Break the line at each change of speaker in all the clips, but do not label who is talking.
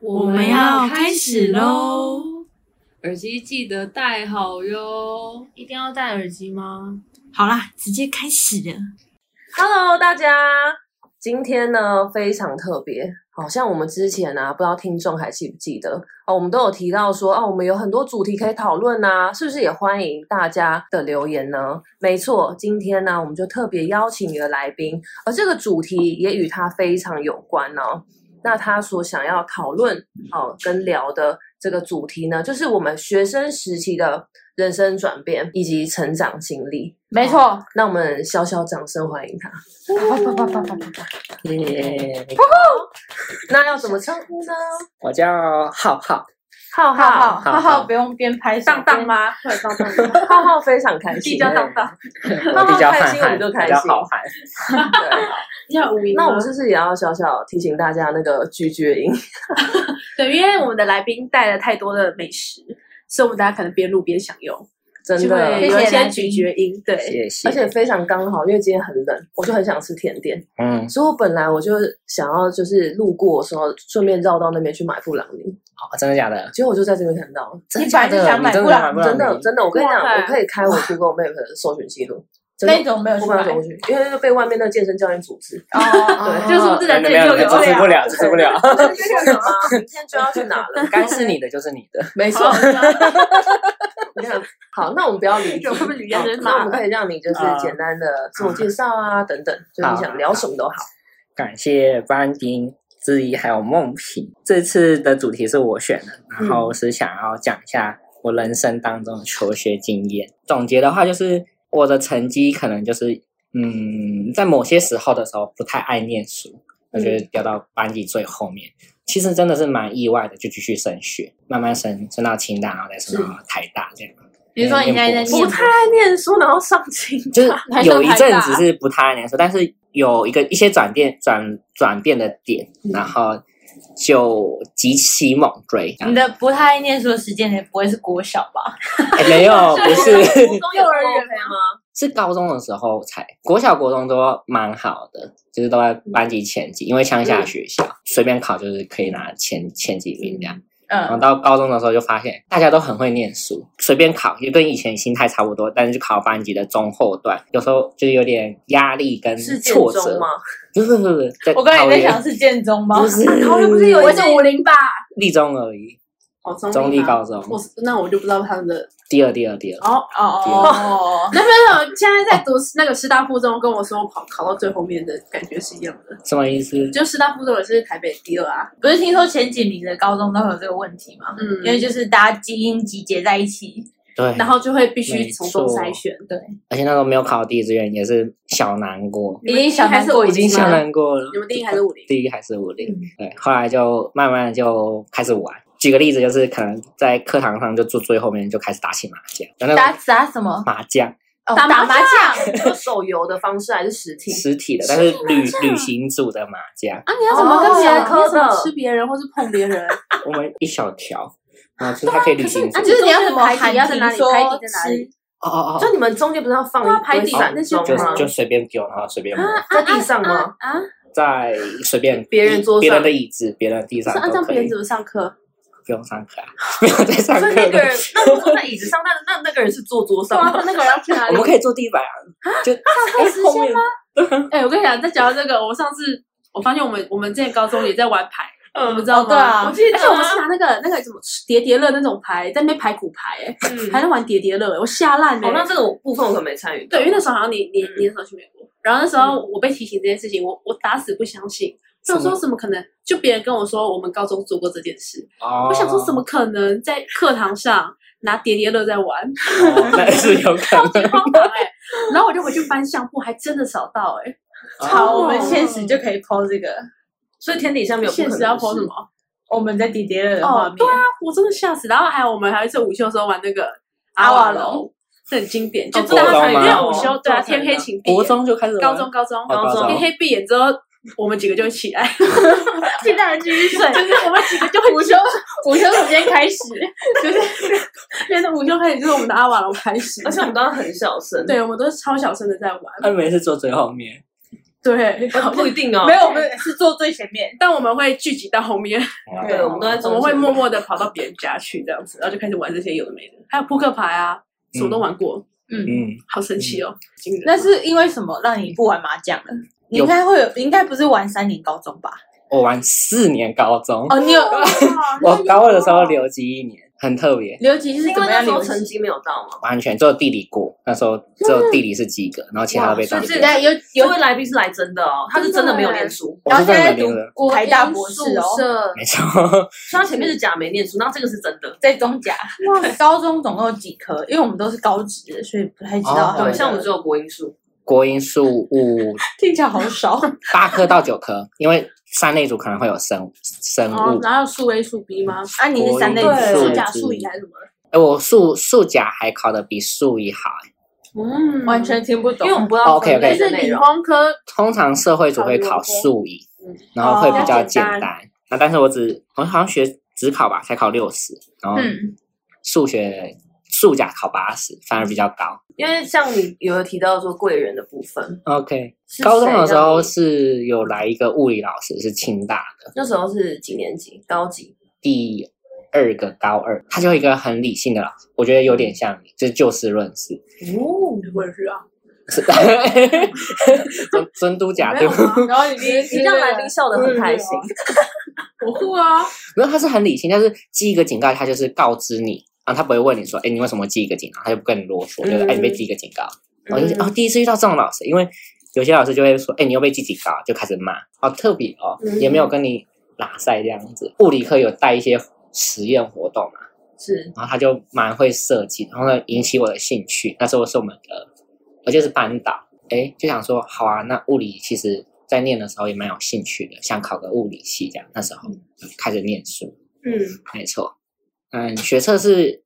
我
们要开始喽！
耳机记得戴好哟。
一定要戴耳机吗
好啦，直接开始了。
Hello，大家，今天呢非常特别，好像我们之前啊，不知道听众还记不记得哦，我们都有提到说哦，我们有很多主题可以讨论啊，是不是也欢迎大家的留言呢？没错，今天呢，我们就特别邀请一个来宾，而这个主题也与他非常有关哦。那他所想要讨论哦跟聊的这个主题呢，就是我们学生时期的人生转变以及成长经历。
没错，
那我们小小掌声欢迎他。
耶！
那要怎么称呼呢？
我叫浩浩，
浩
浩浩
浩，
浩浩不用边拍手
当当
吗？对，当当吗，
浩浩非常开心。
比较当当，
我比较憨
浩浩开心我
憨，
们就开
比较
心
好憨。
对
要五音吗
那我们是不是也要小小提醒大家那个咀嚼 音？
对，因为我们的来宾带了太多的美食，所以我们大家可能边录边享用，
真
就
的
会，有
谢
一
谢来
些
宾
咀嚼音。对，
谢谢。
而且非常刚好，因为今天很冷，我就很想吃甜点，
嗯，
所以我本来我就想要就是路过的时候顺便绕到那边去买布朗尼，
好，真的假的？
结果我就在这边看到了，
真的假
你本来就
的？
想买
你真
布
的
朗
买布朗
真
尼
的真的，我跟你讲，
哇
我可以开我 Google Map 的搜寻记录，真
那
的。
种没有
我
去
本来
买
走过去，因为被外面那个健身教练阻止。
哦，
对，
就是不是在
没
这里
有
就
哦没有
有
支持不
了。
了，支持不了。
什么？明天就要去拿了。
该是你的就是你的，
没
哦
错，你看，好，那我们不要理解，
这会不会理解
好
人
那我们
嘛
可以让你就是
啊
简单的自我介绍啊，等等，就是你
好
想聊什么都好。
感谢班丁、之一还有梦平。这次的主题是我选的，然
嗯
后是想要讲一下我人生当中的求学经验。总结的话，就是我的成绩可能就是，嗯，在某些时候的时候不太爱念书，我觉得
嗯
掉到班级最后面。其实真的是蛮意外的，就继续升学，慢慢升升到清大，然后再升到台大这样。哎
比如说你现在在
不
念
不太爱念书，然后上清 大，
就是
还是
有一
台
阵
大
子是不太爱念书，但是有一个一些转变转转变的点，
嗯
然后就急起猛追。
你的不太爱念书的时间也不会是国小吧？
哎没 有，不是
幼儿园
吗？
是高中的时候才，国小国中都蛮好的，就是都在班级前几，因为乡下学校随便考就是可以拿前前几名这样。然后
嗯，
到高中的时候就发现大家都很会念书，随便考也跟以前心态差不多，但是就考班级的中后段，有时候就是有点压力跟
是建
挫折
中吗？
不是不是不是，在
我刚才也在
桃
想
园，
是建中吗？
不是
桃园不是有
我是五零八，
立中而已，
哦，中
中立
立
高中
我那我就不知道他们的
第二第二第二，
哦哦，那没有，现在在读那个师大附中，跟我说我跑考到最后面的感觉是一样的。
什么意思？
就师大附中也是台北第二啊，
不是听说前几名的高中都会有这个问题吗？
嗯，因
因为
为就
就是大家基因集结在一起，
对，
然后就会必须
没
从中
错
筛选，对，
而且那时候没有考第一志愿，也是小难过，
你们第一还是
已经想难过
五零
已经小难过了
吗你。们第一还是五零？嗯
第一还是五零，对，后来就慢慢就开始玩。举个例子，就是可能在课堂上就坐最后面就开始打起麻将，有那
打
种
打什么？
麻将
哦
打麻
麻将。
有手游的方式还是实体？
实体的，但是 旅
啊
旅行组的麻将，
啊，你要怎么跟别
哦
人
小颗的
你怎么吃别人或是碰别 人？
我们一小 条，然后就是它可以旅行组
啊，
就
就是啊
你
是你
要
要
怎
怎
么
么
喊
喊
停
停
说
说
吃？
哦哦
就你们中间不是要放
对啊
一
排
堆
底
散
那些
装
哦，就
吗？
就随便丢，然后随便摸。
在地上吗？
啊，
在随便
别人桌上
别人的椅子、别人的地
不
上
是按
都
照
可
别人
以
怎，么上课？
不用上课啊， 不用再上
所
课
以那个
了。
人，那如果坐在椅子上，那那那个人是坐桌
对
上
啊
吗，？
那个人要去哪
我
里
们？可以坐地板啊，就 哎
实
后面
哎，我跟你讲，在讲到这个，我上次我发现我们我们之前高中也在玩牌，
嗯
你们知道吗？
哦对啊
我记得，而且我们是拿那个那个什么叠叠乐那种牌，在那边排骨牌，哎，
嗯
还在玩叠叠乐，哎我吓烂
哦，那
了。
这个我部分我可没参与到。
对，因为那时候好像你你你那时候去美国，然后那时候我被提醒这件事情，我我打死不相信。
什么
想说怎么可能？就别人跟我说我们高中做过这件事，
哦
我想说怎么可能在课堂上拿叠叠乐在玩？
哦那是有可
超级
能。
荒唐哎、然后我就回去翻相簿，还真的找到哎、
好，
哦
我们现实就可以 PO 这个，
所以天底下没有
现实要抛什
么。
么？
我们在叠叠乐的画
哦
面。
对啊，我真的吓死。然后还有我们还有一次午休的时候玩那个
阿瓦隆
隆，这很经典，就
哦
知道
国中
他
吗
没有午休，对啊，
这我
天
看得到
黑请闭眼。
国中就开始玩
高中、高中、
哦高中
天黑闭眼之后，我们几个就起来， 现在人继续睡，就是我们几个就午休，
午休时间开始，
就是变成午休开始，就是我们的阿瓦隆开始
而。且我们当时很小声，
对，我们都是超小声的在玩，
他们也是坐最后面，
对，
呃不一定哦。
没有，我们是坐最前面。
但我们会聚集到后面，
对，我们都在
我
中
们会
间。
默默的跑到别人家去这样子，然后就开始玩这些有的没的，还有扑克牌啊，什么都玩过，
嗯，
好神奇哦！惊人
那是因为什么让你不玩麻将了？你
有
应该会有，你应该不是玩三年高中吧？
我玩四年高中，
哦，你有
我高二的时候留级一年，很特别，
留级是
因
怎
为
么
那
样
时候
留
成
级？
绩没有到嘛，
完全只有地理过，那时候只有地理是及格，然后其他都被当
哇所以这
掉。
那有
因
有，
为来宾是来真的欸哦，他是真的没有念书，
我
然后
是
现
真
在
的
读
留的，
台大博士哦，
社
没错，
所以他前面是假没念书，然后这个是真的。
在中甲。高中总共有几科？因为我们都是高职的，所以不太知道
哦
他们
对，
的。
像我们只有国英数，
国英数物
听起来好 少。
八科到九科，因为三类组可能会有生生
哦
物，，
然后数 A 数 B 吗？
啊，你是三类
国英
组
数
数
的
甲
假，
之
数乙还是什么？
哎，我数数甲还考的比数乙好。哎
嗯，
完全听不懂。
因为我们不知道
OK，OK
分类
就是
的内
理
容。
工科
通常社会组会考数乙，然后会比较简
哦
单。那但是我只我好像学只考吧，才考六十，然后
嗯，
数学数甲考八十，反而比较高。
因为像你有提到说贵人的部分，
OK，
是
高中的时候
谁
是有来一个物理老师，是清大的
让你那时候是几年级？高级。
第二个高二，他就一个很理性的老师，我觉得有点像你，就是就事论事，
哦，
我也是啊，
是尊尊嘟假
没
嘟
有。啊
然后你你
你让来宾笑得很开心，
我会啊，
没有，他是很理性，但是记一个警告，他就是告知你，啊，他不会问你说，哎，你为什么记一个警告？他就不跟你啰嗦，就是哎，你被记一个警告。然后就是哦，第一次遇到这种老师，因为有些老师就会说，哎，你又被记警告，就开始骂，好特别哦，也没有跟你拉塞这样子。物理课有带一些实验活动嘛，
是
然后他就蛮会设计，然后呢引起我的兴趣。那时候是我们的，我就是班导，哎，就想说好啊，那物理其实在念的时候也蛮有兴趣的，想考个物理系这样。那时候就开始念书，
嗯，
没错，嗯，学测是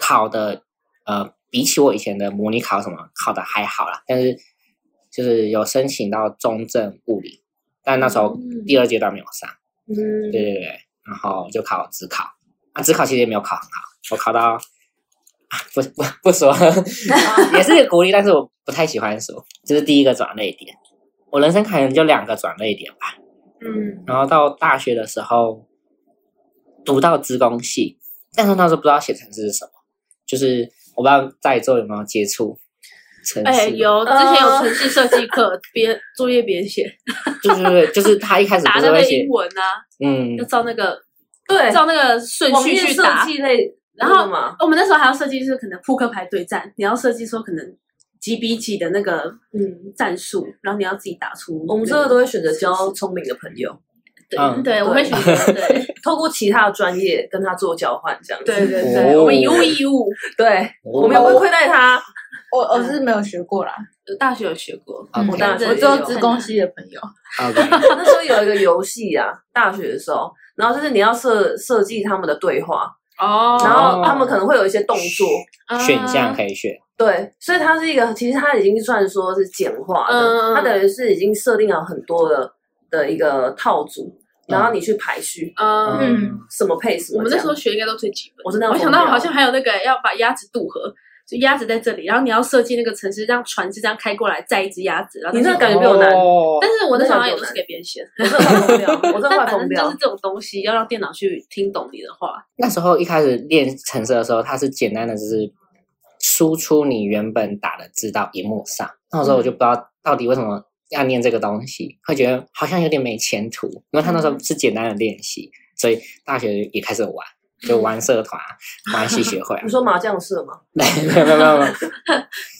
考的，呃，比起我以前的模拟考什么考的还好啦，但是就是有申请到中正物理，但那时候第二阶段没有上，对
嗯，
对对，然后就考职考，啊，职考其实也没有考很好，我考到。啊不不不说 了，也是鼓励，但是我不太喜欢说，这、是第一个转捩点。我人生可能就两个转捩点吧，
嗯，
然后到大学的时候读到资工系，但是那时候不知道写程式是什么，就是我不知道在座有没有接触程式，
哎，有之前有城市设计课，别作业别写，
对，对 对对，就是他一开始
打
不
那
是
个
会
英
写，
文啊，
嗯
要，照那个
对，
照那个顺
网
序
页
去
设
打。
计类，
然后
嘛，
哦我们那时候还要设计，就是可能扑克牌对战，你要设计说可能几比几的那个
嗯，
战术，然后你要自己打出。
我们这个都会选择交聪明的朋友，
嗯
对对，我会选择 对
透过其他的专业跟他做交换，这样子。
对对
哦
对，我们以物易物，
对，我
我
们也不会亏待他。
我我是没有学过啦，
有呃大学有学过，
OK
我大学
嗯我
也
只有
有
自贡系的朋友。
OK，
那时候有一个游戏啊，大学的时候，然后就是你要设设计他们的对话，
哦
然后他们可能会有一些动作，
嗯选项可以选，
对，所以它是一个，其实它已经算说是简化的，
嗯
它等于是已经设定了很多的的一个套组，然后你去排序，
嗯，
嗯
什么配什么。
我们那时候
这样，
学应该都最基本。
我真的要
我想
疯
到
掉
好像还有那个要把鸭子渡河，就鸭子在这里，然后你要设计那个城市，让船是这样开过来载一只鸭子，然后
你那
个。
感觉比我难，
哦
但是我那时候好像也都是给别人写的，
我真的快疯 掉，我真的
但
快
反
疯
正就
掉
是。这种东西要让电脑去听懂你的话。
那时候一开始练程式的时候，它是简单的，就是输出你原本打的字到荧幕上。那时候我就不知道到底为什么要念这个东西，会觉得好像有点没前途。因为他那时候是简单的练习，所以大学也开始玩，就玩社团、啊玩系学会啊
你。说麻将社吗？
没有没有没有，没有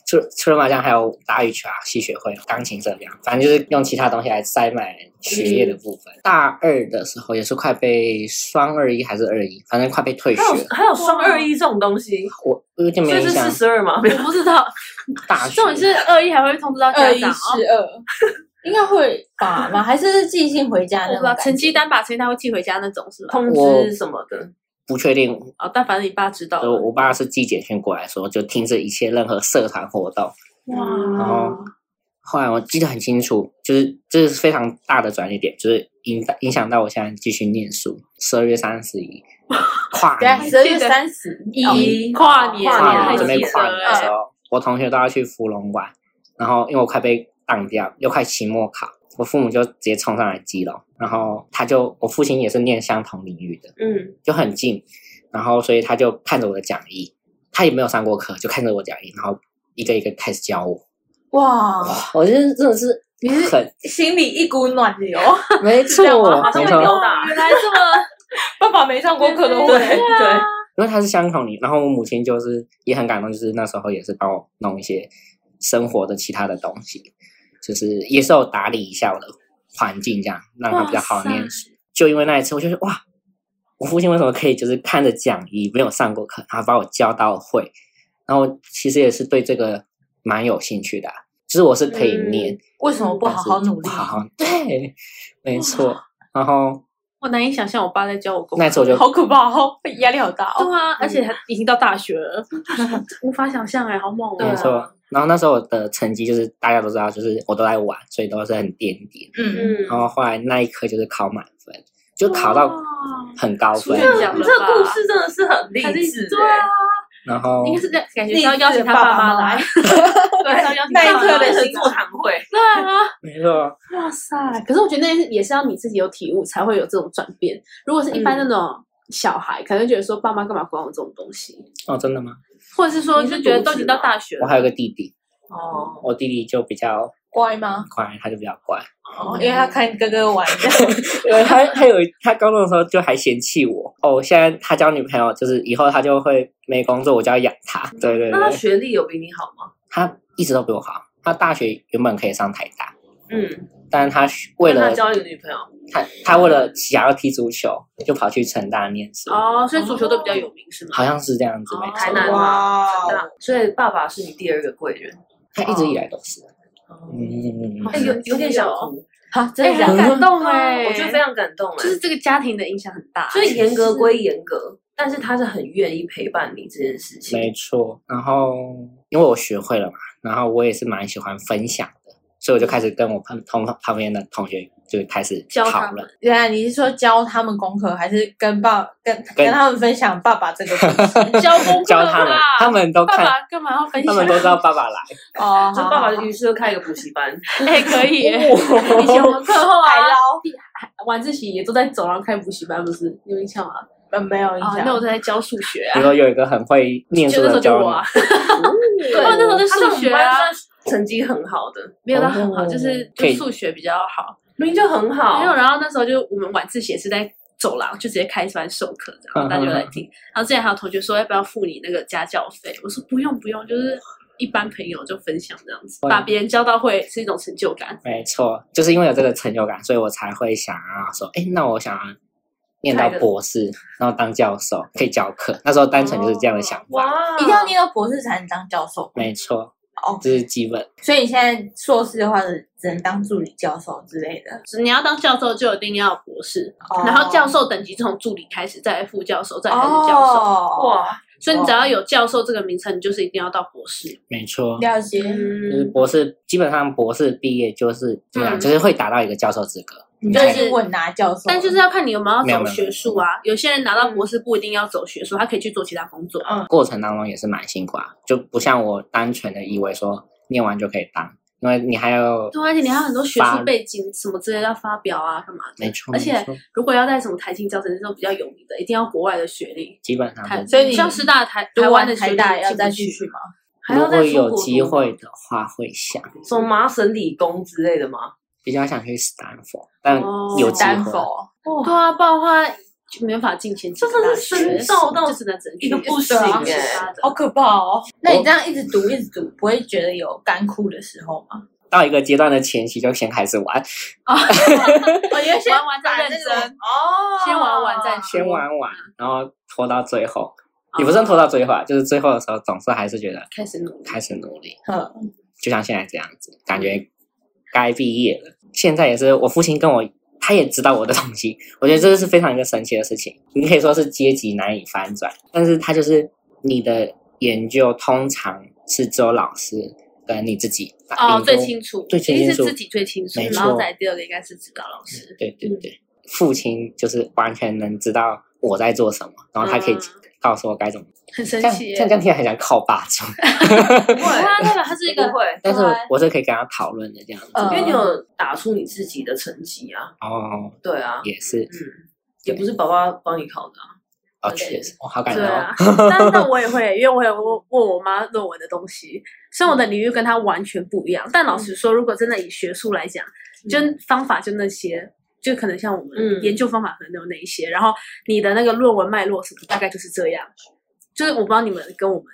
除除了麻将，还有打羽球啊、系学会、钢琴社这样，反正就是用其他东西来塞满学业的部分。大二的时候也是快被双二一还是二一，反正快被退学
还
了。
有还有双二一这种东西，
我我有点没
所以
印
是
象
四。十二吗？没有
我不知道，
大
这
学
种是恶意还会通知到家
二一
长
四
哦。
二， 应该会吧吗？还是寄信回家
哦我
那种
不知道
感觉？
成绩单把成绩单会寄回家那种是吧？
通
我
知什么的，
不确定，
哦，但反正你爸知道
呃
了。
我爸是寄简讯过来说，就停止一切任何社团活动。然
哦
后后来我记得很清楚，就是这、是非常大的转折点，就是影影响到我现在继续念书。十二月三十一 跨
对啊，
年，
十二月三十
一哦跨年，
跨年
跨
还
年准备
哦记
跨年
得
的时
哎，
候，我同学都要去芙蓉玩，然后因为我快被当掉，又快期末考，我父母就直接冲上来基隆，然后他就我父亲也是念相同领域的，
嗯，
就很近，然后所以他就看着我的讲义，他也没有上过课，就看着我讲义，然后一个一个开始教我。
哇，
我觉得真的是很
心里一股暖 流。
没 错
他都
没
会
错，
溜
哦
达，
原来这么 爸爸没上过课都
对对，
会，
因为他是相同里，然后我母亲就是也很感动，就是那时候也是帮我弄一些生活的其他的东西，就是也是有打理一下我的环境，这样让他比较好念书。
啊
就因为那一次，我就觉得哇，我父亲为什么可以就是看着讲义没有上过课，然后把我教到会，然后其实也是对这个蛮有兴趣的啊、就是我是可以念，
为什嗯么不好好努力
但是不？好好对，没错。然后
我难以想象我爸在教我功课。
那次我就
好可怕哦，压力好大哦。
对啊，而且他已经到大学了， 无法想象哎，好猛哦！
对啊
没错。然后那时候我的成绩就是大家都知道，就是我都在玩，所以都是很垫底。
嗯，
嗯，
然后后来那一科就是考满分，就考到很高分
哇
这
这
样
样
子。
子吧
真的是很励
还是对
欸
啊，
然后
应该是在感觉是要邀请他爸妈来， 对， 要邀请
那一
他爸
刻
妈
的
来
心
座谈会，
对啊，
没错，
哇塞！可是我觉得那也是要你自己有体悟才会有这种转变。如果是一般那种小孩，可能觉得说爸妈干嘛管我这种东西，
哦，真的吗？
或者是说
你
你
是
就觉得都已经到大学
我
了，
还有个弟弟，
哦，
我弟弟就比较
乖吗？
乖，他就比较 乖，
哦，因为他看哥哥玩，
因为他他有他高中的时候就还嫌弃我哦，现在他交女朋友，就是以后他就会没工作，我就要养他。对对
嗯那他
对，
学历有比你好吗？
他一直都比我好。他大学原本可以上台大，
嗯，
但是他为
那
了
他交了一个女朋友，
嗯
他他为了想要踢足球，就跑去成大念书，
哦，所以足球队比较有名是吗？
好像是这样子，
哦
没错。
台南
哇
对啊，所以爸爸是你第二个贵人，
他一直以来都是，
哦
嗯，
嗯，
哎，有有点想哭，
好，真
哎，
的假
很
的？
感动哎，
我觉得非常感动哎，
就是这个家庭的影响很大，
所以严格归严格，但是他是很愿意陪伴你这件事情。
没错。然后因为我学会了嘛，然后我也是蛮喜欢分享的，所以我就开始跟我旁同旁边的同学就开始
教
讨
他们
论。
原来你是说教他们功课，还是跟爸跟跟
跟
他们分享爸爸这个故 事？
教功课
教他们
啦，，
他们都
爸
看，
爸干嘛要分
他
享？
们都知道爸爸来，
哦，
就爸爸于是就开一个补习班，
哎，可 以耶。以 前我们课后啊，晚自习也都在走廊开补习班，不是你有印象吗？
嗯没有印
啊，
象。
那我都在教数学
比
啊
如，说有一个很会念
就
书
那时
的
候就
教
我
你
啊，对，那时候在数学啊，
成绩很好的，
没有到很好，
哦
就是
可
就
以
数学比较好。
明明就很
哦
好
没。有，然后那时候就我们晚自习也是在走廊，就直接开一班授课，这
嗯嗯
样大家就来听。然后之前还有同学说要不要付你那个家教费，我说不用不用，就是一般朋友就分享这样子，把别人教到会是一种成就感。
没错，就是因为有这个成就感，所以我才会想要说，哎，那我想要念到
开个
博士，然后当教授，可以教课。那时候单纯就是这样的想法，
哇，
一定要念到博士才能当教授
没错，
哦，
这是基本。
所以你现在硕士的话，只能当助理教授之类的。
你要当教授就一定要有博士，
哦
然后教授等级从助理开始，再来副教授，再来开始教授。
哦，
哇，
所以你只要有教授这个名称，你就是一定要到博士。
没错，
了解。
就是
嗯，
博士，基本上博士毕业就是怎么样，
嗯
就是会达到一个教授资格。
你嗯
就
就是是稳拿教授，
但就是要看你有没有
没有
要走
没有
学术啊。有些人拿到博士不一定要走学术，他可以去做其他工作。
过程当中也是蛮辛苦啊，就不像我单纯的以为说念完就可以当，因为你还有
对，而啊且你还有很多学
发
术背景什么之类的要发表啊，干嘛的
没。错，
而且
没错
如果要在什么台青教程这种比较有名的，一定要国外的学历。
基本上
台
都
所以你
像师大台
读
台湾
完
的学
台
历
大要
进不
再继
去
续吗？
还
如
要
果
再出国
有
读
机
吗
会的话，会想
什么麻省理工之类的吗？
比较想去斯坦福，但
哦
有机
丹
会
佛，
对啊，不然的话就没法进前几
这
个
真
大
的
学。
是深造到
就只能只能
一个
去
不行
对啊
欸
其他的
好可怕哦！那你这样一直读一直读，不会觉得有干枯的时候吗？
到一个阶段的前期就先开始玩，
我觉得先
玩玩再
把
认
这
真
个哦，
先玩玩再说
先玩玩，然后拖到最后，
哦
也不是拖到最后啊，就是最后的时候总是还是觉得
开始努力。
开始努力。
嗯
就像现在这样子，感觉该毕业了。现在也是我父亲跟我，他也知道我的东西， 我觉得这是非常一个神奇的事情。你可以说是阶级难以翻转，但是他就是你的研究通常是只有老师跟你自己
哦，最
清
清楚，
最清
一定是
楚
自己最清楚
没，
然后
错
再第二个应该是指导老师。
对对对，父亲就是完全能知道我在做什么，然后他可以、
嗯
告诉我该怎么。
很
这
神
样
奇耶
这样这样听起来很想靠霸 总，
不会
不会啊，代表他是一 个
不会，
但是
对
我是可以跟他讨论的这样子。
嗯
因为你有打出你自己的成绩啊，
哦，
对啊，
也是
嗯，也不是爸爸帮你考的啊，
哦，
对
确实，我好感
对
动。哦
啊， 但但我也会，因为我有问问我妈论文的东西，所
嗯
以我的领域跟她完全不一样。但老实说，如果真的以学术来讲，就
嗯
方法就那些，就可能像我
嗯
们研究方法可能有那一些，然后你的那个论文脉络什么，大概就是这样。就是我不知道你们跟我们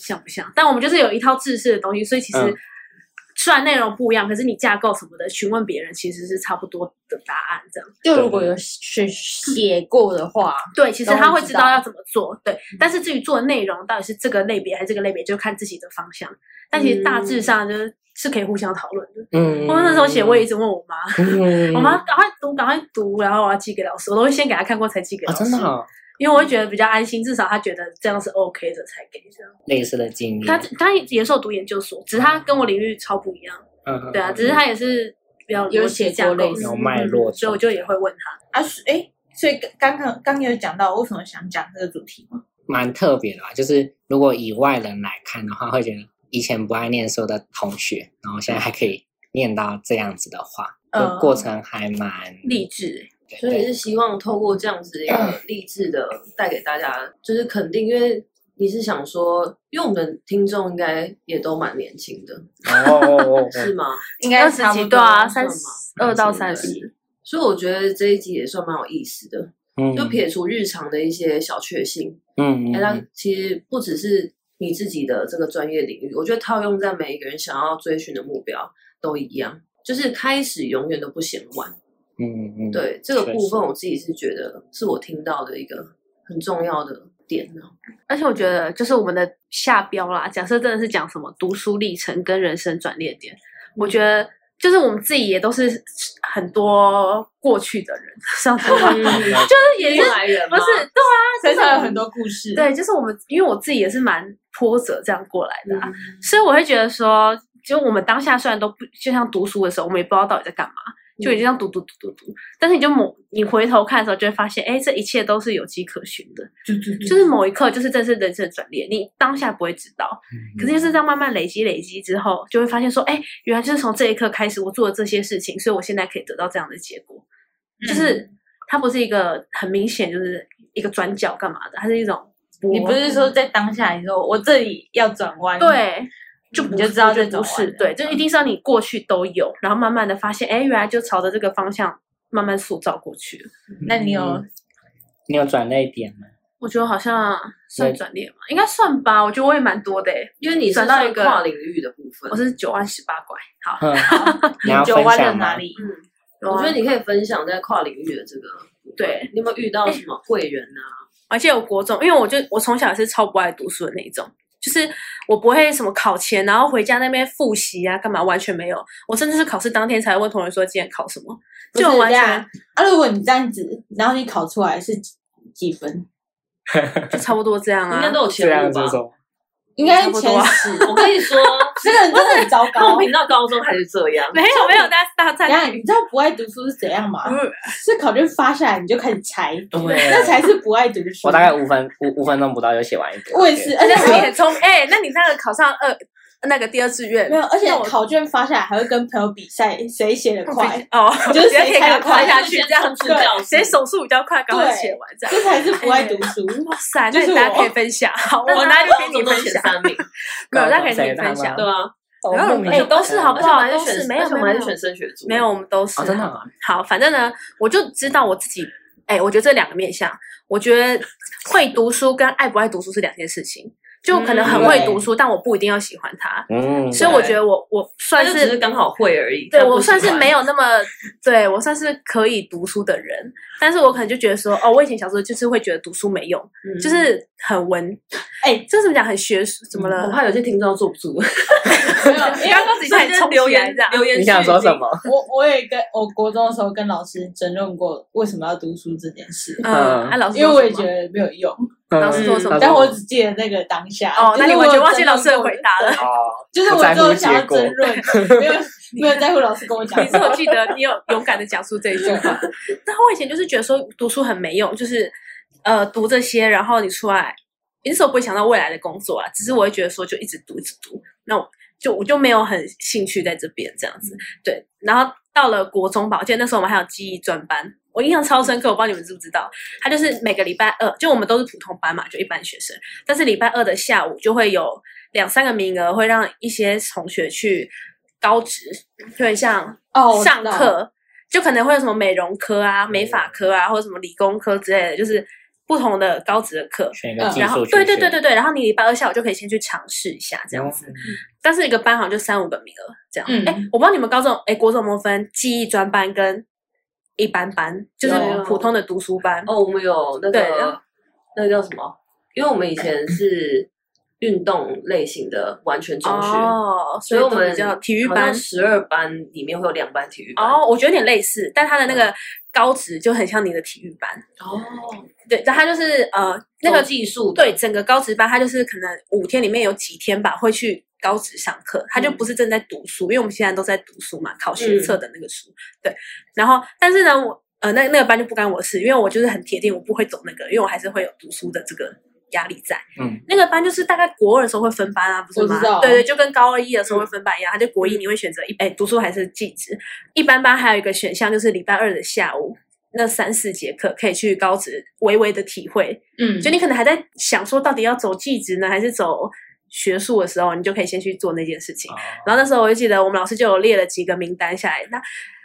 像不像，但我们就是有一套制式的东西，所以其实
嗯
虽然内容不一样，可是你架构什么的询问别人其实是差不多的答案这样。
就如果有写写过的话，
对，其实
都会
他会
知
知
道嗯
道要怎么做，对。但是至于做的内容到底是这个类别还是这个类别，就看自己的方向。但其实大
嗯
致上就是是可以互相讨论的。
嗯，
我那时候写，我也一直问我妈，
嗯，
我妈赶快读，赶快读，然后我要寄给老师，我都会先给她看过才寄给
啊
哦，
老师，
真的哦
因为我会觉得比较安心，至少她觉得这样是 OK 的才给这样。
类似的经
嗯
验。
她她也是有读研究所，只是她跟我领域超不一样，
嗯
对啊，只是她也是比较
有
逻
写
辑
作
架
类
构
似
的
有脉络
嗯所以我就也会问她。
啊，所哎，所以刚刚刚有讲到为什么想讲这个主题吗？
蛮特别的吧。就是如果以外人来看的话，会觉得以前不爱念书的同学，然后现在还可以念到这样子的话，
嗯
就过程还蛮
励
嗯对
志，
欸所以
对
是希望透过这样子一 个励志的带给大家，就是肯定，因为你是想说，因为我们的听众应该也都蛮年轻的，
哦哦 哦哦
是吗？
应
二
该
十
差不
几
多
对啊，
算
三
嘛
十二到
三
三
十
十。
所以我觉得这一集也算蛮有意思的，
嗯
就撇除日常的一些小确幸，
嗯嗯
哎、
嗯
那其实不只是你自己的这个专业领域，我觉得套用在每一个人想要追寻的目标都一样，就是开始永远都不嫌晚。
嗯嗯，
对这个
确
部
实
分，我自己是觉得是我听到的一个很重要的点啊呢、
而且我觉得，就是我们的下标啦，假设真的是讲什么读书历程跟人生转捩点，我觉得就是我们自己也都是很多过去的人， 上头发
嗯
就是也是
来人
不
吗
是对啊，
身上有很多故事，，
对，就是我们因为我自己也是蛮波折这样过来的、啊，所以我会觉得说，就我们当下虽然都不就像读书的时候，我们也不知道到底在干嘛，就已经这样读读读读读，但是你就某你回头看的时候，就会发现，哎，这一切都是有迹可循的。
就就就
就是某一刻，就是这是人生的转捩，你当下不会知道，可是
嗯
就是这样慢慢累积累积之后，就会发现说，哎，原来就是从这一刻开始，我做了这些事情，所以我现在可以得到这样的结果。
嗯
就是它不是一个很明显就是一个转角干嘛的，它是一种波
你不是说在当下你说我这里要转弯，，
对。就不
你就知道
这
这
不
种
是
玩
对，就一定是要你过去都有，然后慢慢的发现，哎，原来就朝着这个方向慢慢塑造过去了。
那你有
嗯你有转泪点 吗？
我觉得好像算
对
转捩嘛，应该算吧。我觉得我也蛮多的、欸，
因为你是
转到
算
一个
跨领域的部分
我，是九万十八拐。好，
嗯，你要
你就
分
弯了
享
哪
吗？
里？
我觉得你可以分享在跨领域的这个部分。
对
你有没有遇到什么贵人啊？
而且我国中，因为我就我从小是超不爱读书的那一种，就是我不会什么考前，然后回家那边复习啊，干嘛完全没有。我甚至是考试当天才问同学说今天考什么，
就
就我完全
啊！如果你这样子，然后你考出来是几几分？
就差不多这样
应
啊
该。都有
这
前
样
五
子
吧？
说，
应该是
差不
前
多啊
十。
我跟你 说，
这个人真的很糟糕
公。平到高中还是这样。
没有没有，大大
等一
三
下，你知道不爱读书是怎样吗？
嗯
是考卷发下来你就开始猜，
对
那才是不爱读书。
我大概五分五五分钟不到就写完一 个。
我也是，而且
但是你
还会
很聪，哎、那你那个考上二那个第二志愿
没有，而且
那我
考卷发下来还会跟朋友比赛谁写的快，
哦，
就是
直接可以
谁
给
开
他
得快
快下去，这样子
对
谁手速比较快，赶快写完这样。
这才是不爱读 书。
哇塞，
就是
那大家
我
可以分享，好，
但
我
他
哪里可以
高中
你
都
分
前
享？
三名，
没有，
高
啊那
中
可以
谁
你分
他
享
吗。
对啊，
哦
然后
莫名
哎
其妙
都是
嗯而
好不
且我
好
们还
都
选，
是没有
而且我们
没
还
有
是选升学组，
没有，我们都是、
哦真的啊
好，反正呢，我就知道我自己，哎、我觉得这两个面向，我觉得会读书跟爱不爱读书是两件事情。就可能很会读
嗯
书，但我不一定要喜欢它，
嗯，
所以我觉得我我
他
算
就只是
是
刚好会而已。
对
他不
我算
喜
是
欢
没有那么对我算是可以读书的人，但是我可能就觉得说，哦，我以前小时候就是会觉得读书没用，
嗯嗯
就是很文，
哎
这怎么讲很学术，怎么了？
我怕有些听众坐不住，
没有，因为
刚刚自己开始冲
留
起来
言
这样，
留言
你想
区
说
已经
什？么？
我我也跟我国中的时候跟老师争论过为什么要读书这件事，
嗯，
嗯
啊，老师
因为我也
说什么
觉得没有用，
老师说什么
嗯
但我只记得那个当下。
哦，那你完全忘
就
记
是我
老师的回答了。
哦，
就是我只有想要争论， 没有没有在乎老师跟我讲
你
什
是
么。
我记得你有勇敢的讲出这一句话。但我以前就是觉得说读书很没用，就是呃读这些，然后你出来那时候不会想到未来的工作啊，只是我会觉得说就一直读一直读，那我就我就没有很兴趣在这边这样子。对，然后到了国中吧，我记得那时候我们还有记忆专班，我印象超深刻，我不知道你们知不知道，他就是每个礼拜二，就我们都是普通班嘛，就一般学生，但是礼拜二的下午就会有两三个名额会让一些同学去高职，就很像
哦，我知
上
道
课，就可能会有什么美容科啊、美发科啊，或者什么理工科之类的，就是不同的高职的课。
选一个
嗯
技
然后
术去学，嗯
对对对对对，然后你礼拜二下午就可以先去尝试一下这样子，但是一个班好像就三五个名额这样。
哦嗯
哎、我不知道你们高中哎国中有没有分记忆专班跟一般班，就是
有
普通的读书班。
哦，我们有那
对然
个那个叫什么？因为我们以前是运动类型的完全中学，
哦，所
所
以
以
我
我们
们叫体育班。
十二班里面会有两班体育班。
哦，我觉得有点类似，但它的那
嗯
个高职就很像你的体育班。
哦，
对，但它就是呃那个
技术
对，整个高职班，他就是可能五天里面有几天吧，会去高职上课，他
嗯
就不是正在读书，因为我们现在都在读书嘛，考学测的那个书。对，然后但是呢，我呃那那个班就不干我的事，因为我就是很铁定我不会走那个，因为我还是会有读书的这个压力在。
嗯，
那个班就是大概国二的时候会分班啊，不是
我
吗
知？道嗯
对对，就跟高二一的时候会分班一样，他就国一你会选择一哎读书还是记职，一般班还有一个选项就是礼拜二的下午。那三四节课可以去高职微微的体会
嗯，
就你可能还在想说到底要走技职呢，还是走学术的时候，你就可以先去做那件事
啊
情。然后那时候我就记得我们老师就有列了几个名单下来，那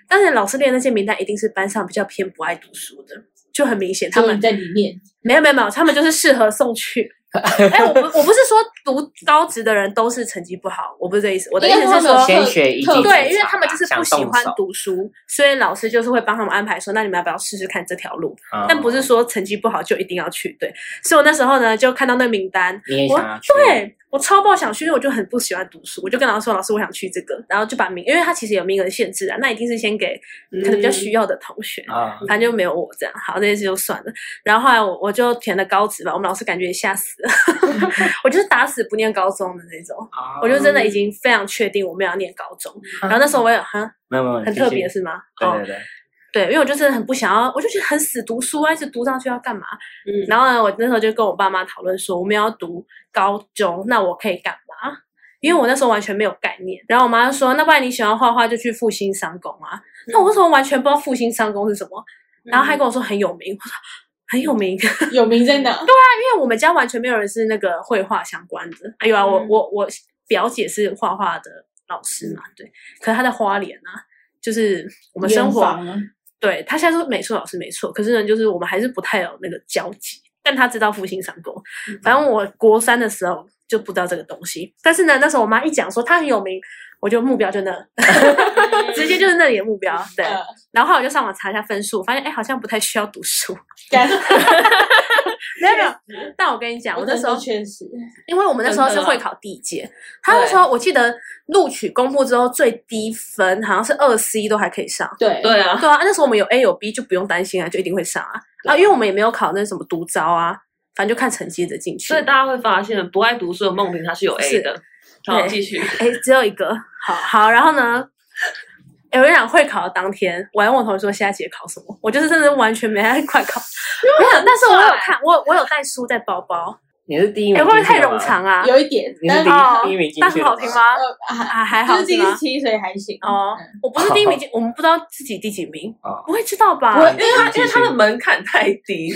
但是老师列的那些名单一定是班上比较偏不爱读书的，就很明显他
他
们
们在里面，
没有没有没有，他们就是适合送去。哎，我不我不是说读高职的人都是成绩不好，我不是这意思，我的意思
应该
是
是他
说
们
先学一技之
哦对，
长
因为他们就是
吧
不喜
想
欢，
动手
读书，所以老师就是会帮他们安排说，那你们要不要试试看这条路？
哦
但不是说成绩不好就一定要去，对。所以我那时候呢，就看到那名单，
你也
我
想要去，
对我超爆想去，因为我就很不喜欢读书，我就跟老师说，老师我想去这个，然后就把名，因为他其实有名额限制啊，那一定是先给
嗯
可能比较需要的同学。
啊，
反正就没有我这样，好，这件事就算了。然后后来我我就填了高职吧，我们老师感觉也吓死 了，我就是打死不念高中的那种。我就真的已经非常确定我没有要念高中，
嗯
然后那时候我也哈
没有没有
很特别，是吗？
继续
哦
对对，对，
对，因为我就真的很不想要，我就觉得很死读书啊，一直读上去要干嘛？
嗯
然后呢，我那时候就跟我爸妈讨论说，我们要读高中，那我可以干嘛？因为我那时候完全没有概念。然后我妈就说，那不然你喜欢画画就去复兴商工啊？那我为什么完全不知道复兴商工是什么？然后还跟我说很有名，我说啊很有名，
有名在哪？
因为我们家完全没有人是那个绘画相关的。哎呦啊，我我我表姐是画画的老师嘛，对，可是她在花莲啊，就是我们生活，
远方啊
对她现在是美术老师没错，可是呢，就是我们还是不太有那个交集。但她知道复兴上工，
嗯
反正我国三的时候就不知道这个东西。但是呢，那时候我妈一讲说她很有名，我就目标就那， 直接就是那里的目标。对，
呃
然后后来我就上网查一下分数，发现哎好像不太需要读书。
干，
没有没有，但我跟你讲，我
嗯
那
真
时
的
候
确实，
因为我们那时候是会考第一届，他那时候我记得录取公布之后最低分好像是二 C 都还可以上。
对
对 啊，
对啊，那时候我们有 A 有 B 就不用担心啊，就一定会上啊啊，因为我们也没有考那什么独招啊，反正就看成绩的进去。
所以大家会发现，不爱读书的梦萍她是有 A 的。好，
对
继续。
哎，只有一个，好好，然后 呢？哎，我跟你讲，会考的当天，我还问我同学说下一节考什么，我就是真的完全没在快考。我有，但是我有看，我我有带书在包包，
你是第一
哎，
名，
会不会太冗？长啊？
有一点，
你是
但
第
是
哦
一第一名进去
但很
的
好
吗
听吗？
啊，
啊，还好
就是
是
第
吗
十？七岁还行嗯
哦，我不是第一 名进，我们不知道自己第几名
哦，
不会知道吧？
我
因为
因为她的门槛太低，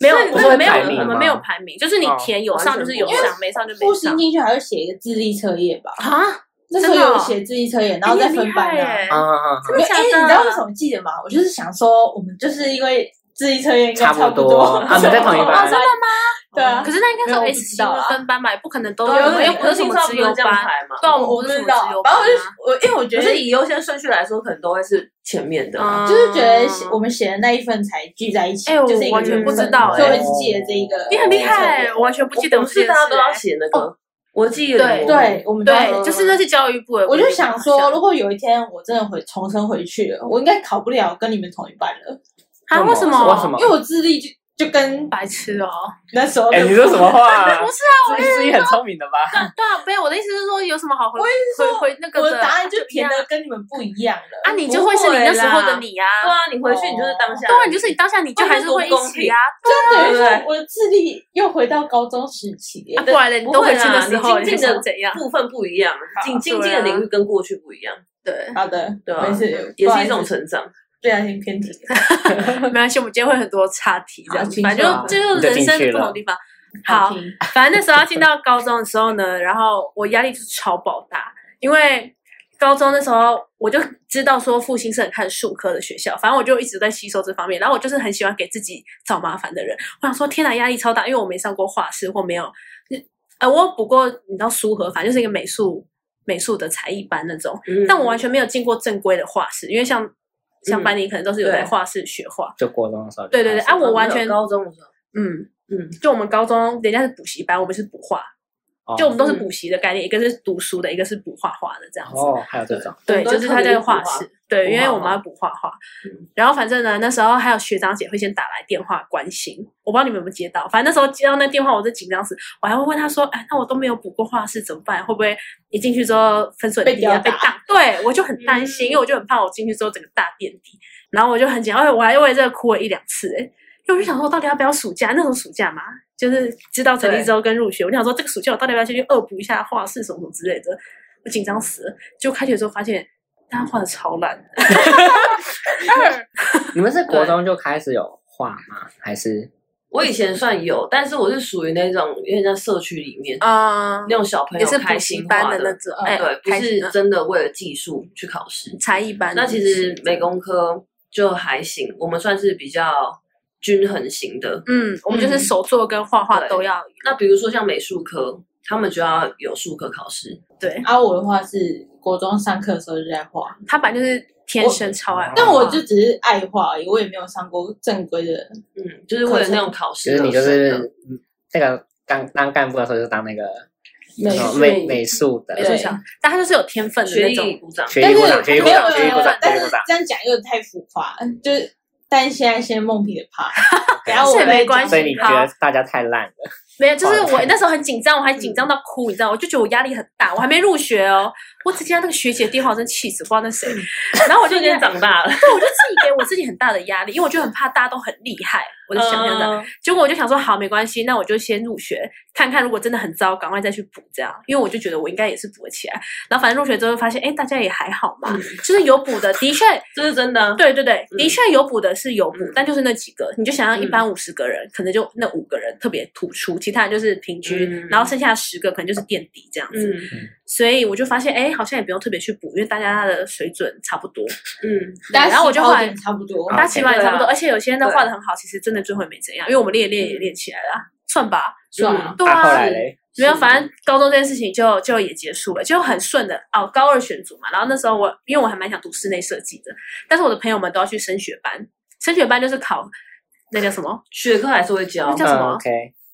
没有，
所以你
我
们会
们没有
排名，
我们
吗
没有排名，就是你
哦
填有
完
上
全
就是
不
有
一样
上，没上就
复
没
兴
上
进去还会写一个智力测验吧？
啊，
那时候
真的哦
有写智力测验，然后再分班
的
的。
啊啊啊！
真
没
的
有，哎，你
假的？
知道为什么记得吗？我就是想说，我们就是因为智力测验应该
差不
不
多啊
我
我们在同一班
哦真的吗？
对啊
可，是那应该是
没有我不
S
知
型
道
的
啊
分班吧，也不可能都
对啊
我们又
对
不是什
青
么
少
直
不能
优
这样
班，
排嘛。
对啊，我
我
们
不
是
知
什么
道
直优，
反
班
正
啊
我就我因为我觉
可
得
是以优先顺序来说，可能都会是前面的啊。
嗯
就是觉得写我们写的那一份才聚在一起，
哎我
就是一个
完全
缘分
不知道
哎
所以我一直记得这一个。
你很厉害，我完全不记得
我
我
们
这
是
件
大家
事
都要
欸。
写那个，我记得
对
对，我们都
对，就是那是教育部的
我
规定好像。
就想说，如果有一天我真的回重生回去了，我应该考不了跟你们同一班了，
啊，为什么？
为什么
因为我智力就就跟
白痴哦、
那时候的
哎、你说什么话、啊？
不是啊，我
自己自己很聪明的吧？
对对啊，没有，我的意思是说，有什么好回
我也是说
回回那个
我的答案就
一
填
样
的跟你们不一样了
啊，你就会是你那时候的你呀、
对
啊。
啊，你回去你就是当下，
对啊，你就是你当下你就还是会一起啊。
就等于
对不
说我的智力又回到高中时期。
啊，过来啊了，你都回去的时
不
候
会啦你静静地
是怎样？
部分不一样，
啊
进进进的领域跟过去不一样，
对，
好的，
对啊
没事，
也
不好
是
意
一
思
种成
啊
长。
不小心偏题了。
没关系，我们今天会很多岔题，这样
好
子
请
反
说
正就就是人生的不同地方。 好，
听，
反正那时候要进到高中的时候呢，然后我压力就是超爆大，因为高中那时候我就知道说复兴是很看数科的学校，反正我就一直在吸收这方面，然后我就是很喜欢给自己找麻烦的人。我想说，天哪，压力超大，因为我没上过画室或没有，呃，我有补过你知道书和，反正就是一个美术美术的才艺班那种，
嗯
但我完全没有进过正规的画室，因为像像
嗯
班里可能都是有在
对
画室学画，
就国中的时候就
对对对
开始
啊我完全
高中的时候，
嗯。
嗯，
就我们高中，人家是补习班，我们是补画，
哦
就我们都是补习的概念，一个是读书的，一个是补画画的这样子。
哦，还有这种
对，
我们都
就是是
特
他
别
在
去补
画
画
室，对，因为
画
我们
嘛
要补画画。
嗯
然后反正呢，那时候还有学长姐会先打来电话关心，我不知道你们有没有接到。反正那时候接到那电话，我就紧张死，我还会问他说：“哎，那我都没有补过画室怎么办？会不会一进去之后分数很
被
低啊，
吊打
被当？”对，我就很担心，因为我就很怕我进去之后整个大垫底。然后我就很紧张，哎，我还为这个哭了一两次、哎，因为我就想说，到底要不要暑假？那种暑假嘛，就是知道成绩之后跟入学，我就想说，这个暑假我到底要不要先去恶补一下画室什么什么之类的？我紧张死了。就开学之后发现，大家画的超烂。
你们是国中就开始有画吗？还是
我以前算有，但是我是属于那种有点像社区里面
啊
那种小朋
也
友
是
开
补
心
习
画哦
班的那种，哎、
对，不
开
是
心嗯
真的为了技术去考试。
才艺班。
那其实美工科就还行，我们算是比较均衡型的。
嗯，我们就是手作跟画画
对
都要有。
那比如说像美术科，他们就要有术科考试，
对，
啊，我的话是国中上课的时候就在画，
嗯
他本来就是天生超爱画画，
但我就只是爱画而已，我也没有上过正规的。
嗯，就是为了那种考
就
试而
是
生的。
你就是那个刚当干部的时候就当那个
美
那种
术
美美术的
没错想，但他就是有天分的
学
那
艺
种。
鼓掌，
学
但
艺
是
部长，学艺部
没有
长，
没
学艺
有
部
没有
长，，
但
学艺
是
部长。
这样讲又太浮夸，就是但现在先梦萍的怕， 然后
这
我
也没
再
关
讲
系
所以你觉得大家太烂了？
没有，就是我
好
那时候很紧张，我还紧张到哭，你知道，我就觉得我压力很大，我还没入学哦，我只接到那个学姐的电话，我真气死，不知道那谁， 然 后我就
瞬
觉
间
得，
长大了。
对，我就自己给我自己很大的压力，因为我就很怕大家都很厉害， 我就想象这样，
嗯
结果我就想说，好，没关系，那我就先入学看看，如果真的很糟，赶快再去补这样，因为我就觉得我应该也是补得起来。然后反正入学之后发现，哎，大家也还好嘛，就是有补的，的确，
这是真的啊。
对对对，
嗯
的确有补的是有补，
嗯
但就是那几个，你就想象一
嗯
般五十个人，可能就那五个人特别突出，其他人就是平均，
嗯
然后剩下十个可能就是垫底这样
嗯
子。所以我就发现，哎，好像也不用特别去补，因为大家的水准差不多，
嗯，
大家
然后我就
起跑
后来
点差不多，
大家起码也差不
对
多，
啊
而且有些人的
对
画的很好，其实真的最后也没怎样，因为我们练也练也练起来了，啊算吧。
算
嗯
了，
对
啊，后
啊，
来嘞，
没有，反正高中这件事情就就也结束了，就很顺的哦。高二选组嘛，然后那时候我因为我还蛮想读室内设计的，但是我的朋友们都要去升学班，升学班就是考那叫什么
学科还是会教
那，叫什么
o k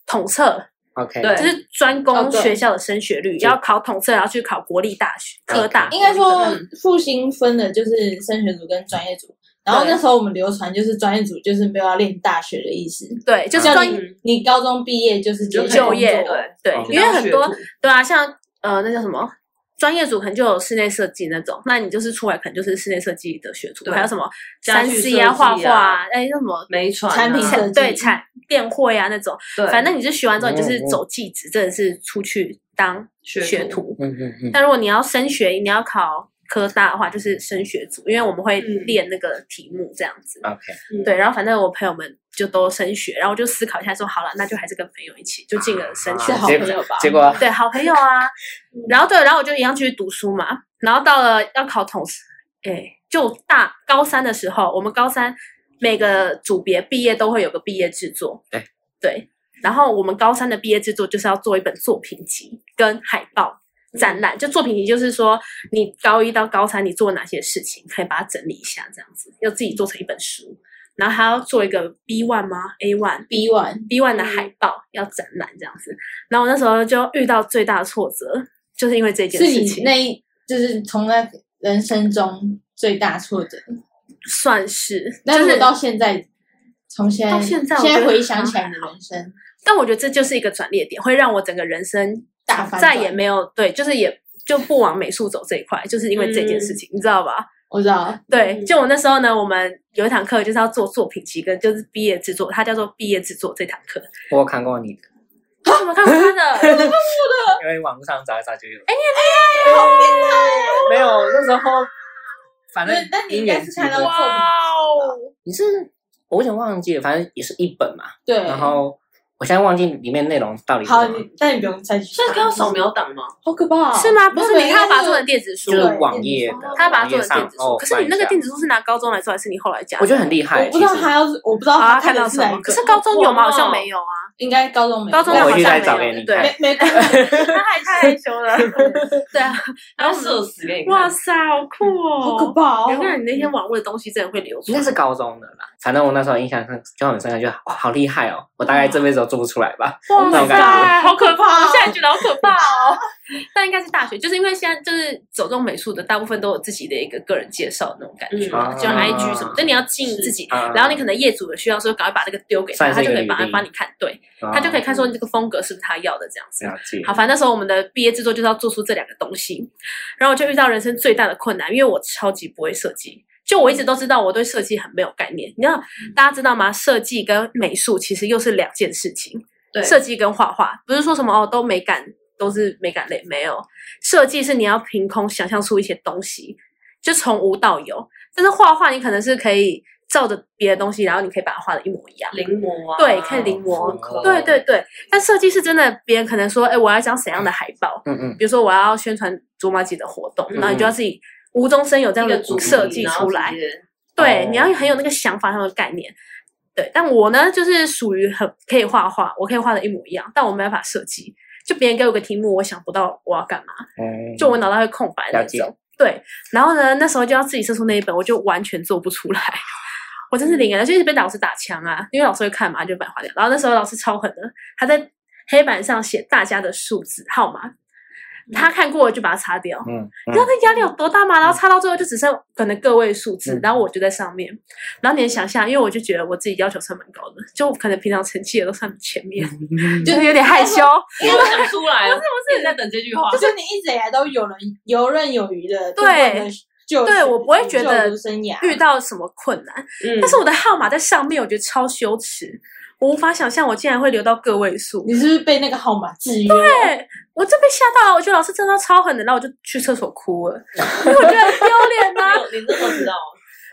统测，
OK，
对
就是专
哦
攻
对
学校的升学率，要考统测，然后去考国立大学、科大。
应该说
嗯
复兴分的就是升学组跟专业组。然后
对
那时候我们流传就是专业组就是没有要练大学的意思，
对，就是
叫
专
你
嗯
你高中毕业就是直接
就
去工
就
作
业
对
对
哦，
因为很多
学徒
对啊，像呃那叫什么专业组可能就有室内设计那种，那你就是出来可能就是室内设计的学徒，
对
还有什么
家
三
具设
C 啊、
计啊
画画啊，哎那什么
没传啊
产品设
产
计
对产电绘啊那种，
对，
反正你就学完之后，你就是
嗯嗯
走技职，真的是出去当
学
学
徒
徒。
嗯嗯嗯，
但如果你要升学，你要考科大的话，就是升学组，因为我们会
嗯
练那个题目这样子。
OK，
对，然后反正我朋友们就都升学，然后我就思考一下说，好了，那就还是跟朋友一起，就进了升学
是
啊
好
结
朋友吧？
结果
对，好朋友啊。
嗯
然后对，然后我就一样继续读书嘛。然后到了要考统，哎，就大高三的时候，我们高三每个组别毕业都会有个毕业制作，
对
对。然后我们高三的毕业制作就是要做一本作品集跟海报
嗯
展览，就作品集就是说你高一到高三你做哪些事情，可以把它整理一下，这样子要自己做成一本书。然后还要做一个 B one 吗？A one
B one 嗯
B One 的海报要展览这样子。然后我那时候就遇到最大的挫折，就是因为这件
是
事
你
情，
那一就是从那人生中最大挫折，
算是
那
就
如果
是
到现在从现
到现在我
现
觉
在
得啊
回想起来你的人生
但我觉得这就是一个转捩点，会让我整个人生
大反转
再也没有对，就是也就不往美术走这一块，就是因为这
嗯
件事情，你知道吧？
我知道，
对，就我那时候呢，我们有一堂课就是要做作品集跟就是毕业制作，它叫做毕业制作这堂
啊
课。
我有看过你的，
啊，我看过 他的，
哦
因为网络上找一找就有。哎呀，好
哦
变态！没有，那时候反正
那那你
一
应该
年
是
级
看到
的
作品
你是我有点忘记了，反正也是一本嘛。
对，
然后我现在忘记里面内容到底是
好，
什么，
你但你不用再去查，
所以跟扫描档吗？
好可怕哦，
是吗？不是
没有
你，他
应该
把它做成电子书
就，是
对
网页的，
他把它
网页
做成电
上
子
哦
书。。可是你那
翻一
个
下
电子书是拿高中来做，还是你后来加的？
我觉得很厉害。
我不知道
其实
他要是，我不知道
啊，
他
看到
的是
什
哪
么？
一个，
可是高中有吗？
哇
好像没有啊，
应该高中没有，
高中
那
好
我
像
回去再
没
找给
有。
你
对
看，
没没 看，
他还太害羞了。对啊，
要射死给你看
哇塞， 好酷
好可
哦！
怕哦
难，怪你那天网络的东西真的会流出
应
来
该。是高中的啦。反正我那时候印象深就很深刻，就哇好厉害哦！我大概这辈子都做不出来吧。
哇
那种感觉
塞，Oh 好可怕！
好可怕哦
我现在觉得好可怕哦。那应该是大学，就是因为现在就是走这种美术的，大部分都有自己的一个个人介绍那种感觉嘛，
嗯
就像
啊
IG 什么，就你要经营自己。
啊
然后你可能业主的需要说，赶快把这个丢给他，
算是
他
一
就
个履
可以把它
历啊
帮你看，对 他就可以看说你这个风格是不是他要的这样子。
哦了解。
好，反正那时候我们的毕业制作就是要做出这两个东西，然后我就遇到人生最大的困难，因为我超级不会设计。就我一直都知道我对设计很没有概念，你知道大家知道吗？设计跟美术其实又是两件事情。
对
设计跟画画不是说什么哦都美感都是美感类，没有设计是你要凭空想象出一些东西，就从无到有。但是画画你可能是可以照着别的东西，然后你可以把它画的一模一样。
临摹啊，
对可以临摹
复
哦
刻
对对对，但设计是真的，别人可能说，哎，我要讲怎样的海报，
嗯嗯，
比如说我要宣传卓玛吉的活动，
嗯
然后你就要自己无中生有这样
一个
的
主题
设计出来，， 对，
哦
你要很有那个想法，很有概念。对，但我呢，就是属于很可以画画，我可以画的一模一样，但我没办法设计。就别人给我个题目，我想不到我要干嘛，
嗯
就我脑袋会空白那
了解
种。对，然后呢，那时候就要自己设出那一本，我就完全做不出来。 我真是零啊，就是被老师打枪啊，因为老师会看嘛，就把它划掉。然后那时候老师超狠的，他在黑板上写大家的数字号码，他看过了就把它擦掉。
嗯嗯
你知道那压力有多大吗？然后擦到最后就只剩可能个位数字，
嗯
然后我就在上面，然后你能想象，因为我就觉得我自己要求算蛮高的，就可能平常成绩也都算前面，
嗯
就是有点 害羞，
因为我想出来了，不
不是
在等这句
哦
话
就。是你一直以来都有人游刃有余的，
对
度过你的就
对我不会觉得
就读生涯
遇到什么困难，
嗯
但是我的号码在上面，我觉得超羞耻，我无法想象我竟然会留到个位数。
你是不是被那个号码制约？
对，啊我真被吓到了，啊我觉得老师真的超狠的，然后我就去厕所 哭了，因为我觉得很丢脸呐、
你那时候知 道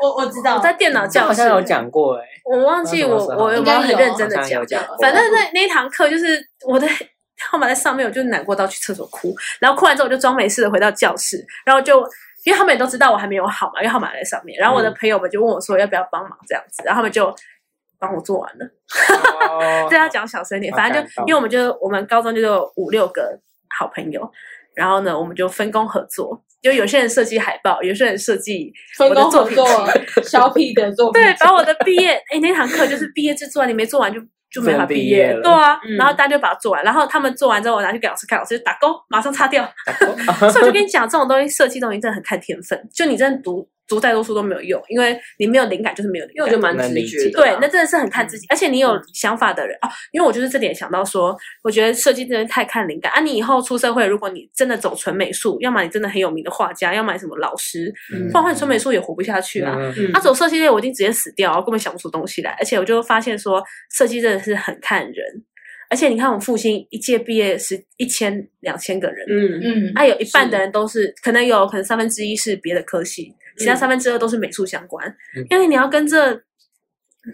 我我知道，
我在电脑
这
教
好
室
像，有讲过哎，
我忘记
那什么
我
时候
我有没有很认真的讲
好像有讲过
反正那那一堂课就是我的 号码在上面，我就难过到去厕所哭，然后哭完之后我就装没事的回到教室，然后就因为他们也都知道我还没有号码，因为号码在上面，然后我的
嗯
朋友们就问我说要不要帮忙这样子，然后他们就帮我做完了。
哦
对他讲小声一点，
好
反正就
感动
因为我们就我们高中就有五六个好朋友，然后呢，我们就分工合作，就有些人设计海报，有些人设计
分工合
我的
作
作，
小屁的作品
对，把我的毕业 哎那堂课就是毕业制作啊，你没做完就。就没法毕
不能毕业了
对啊，
嗯
然后大家就把它做完，然后他们做完之后，我拿去给老师看，老师就打勾，马上擦掉。所以我就跟你讲，这种东西设计东西真的很看天分，就你真的读读再多书都没有用，因为你没有灵感就是没有灵
因为
感
我
啊
觉。得蛮直觉的。
对，那真的是很
嗯
看自己，而且你有想法的人啊，因为我就是这点想到说，我觉得设计真的太看灵感啊。你以后出社会，如果你真的走纯美术，要么你真的很有名的画家，要么你什么老师，
嗯
不然你纯美术也活不下去啊。
嗯
嗯
啊，走设计类我一定直接死掉啊，我根本想不出东西来。而且我就发现说，设计真的是很看人。而且你看，我们复兴一届毕业是一千两千个人，
嗯，
嗯，
啊，有一半的人都是，可能有可能三分之一是别的科系，其他
嗯
三分之二都是美术相关。
嗯
因为你要跟这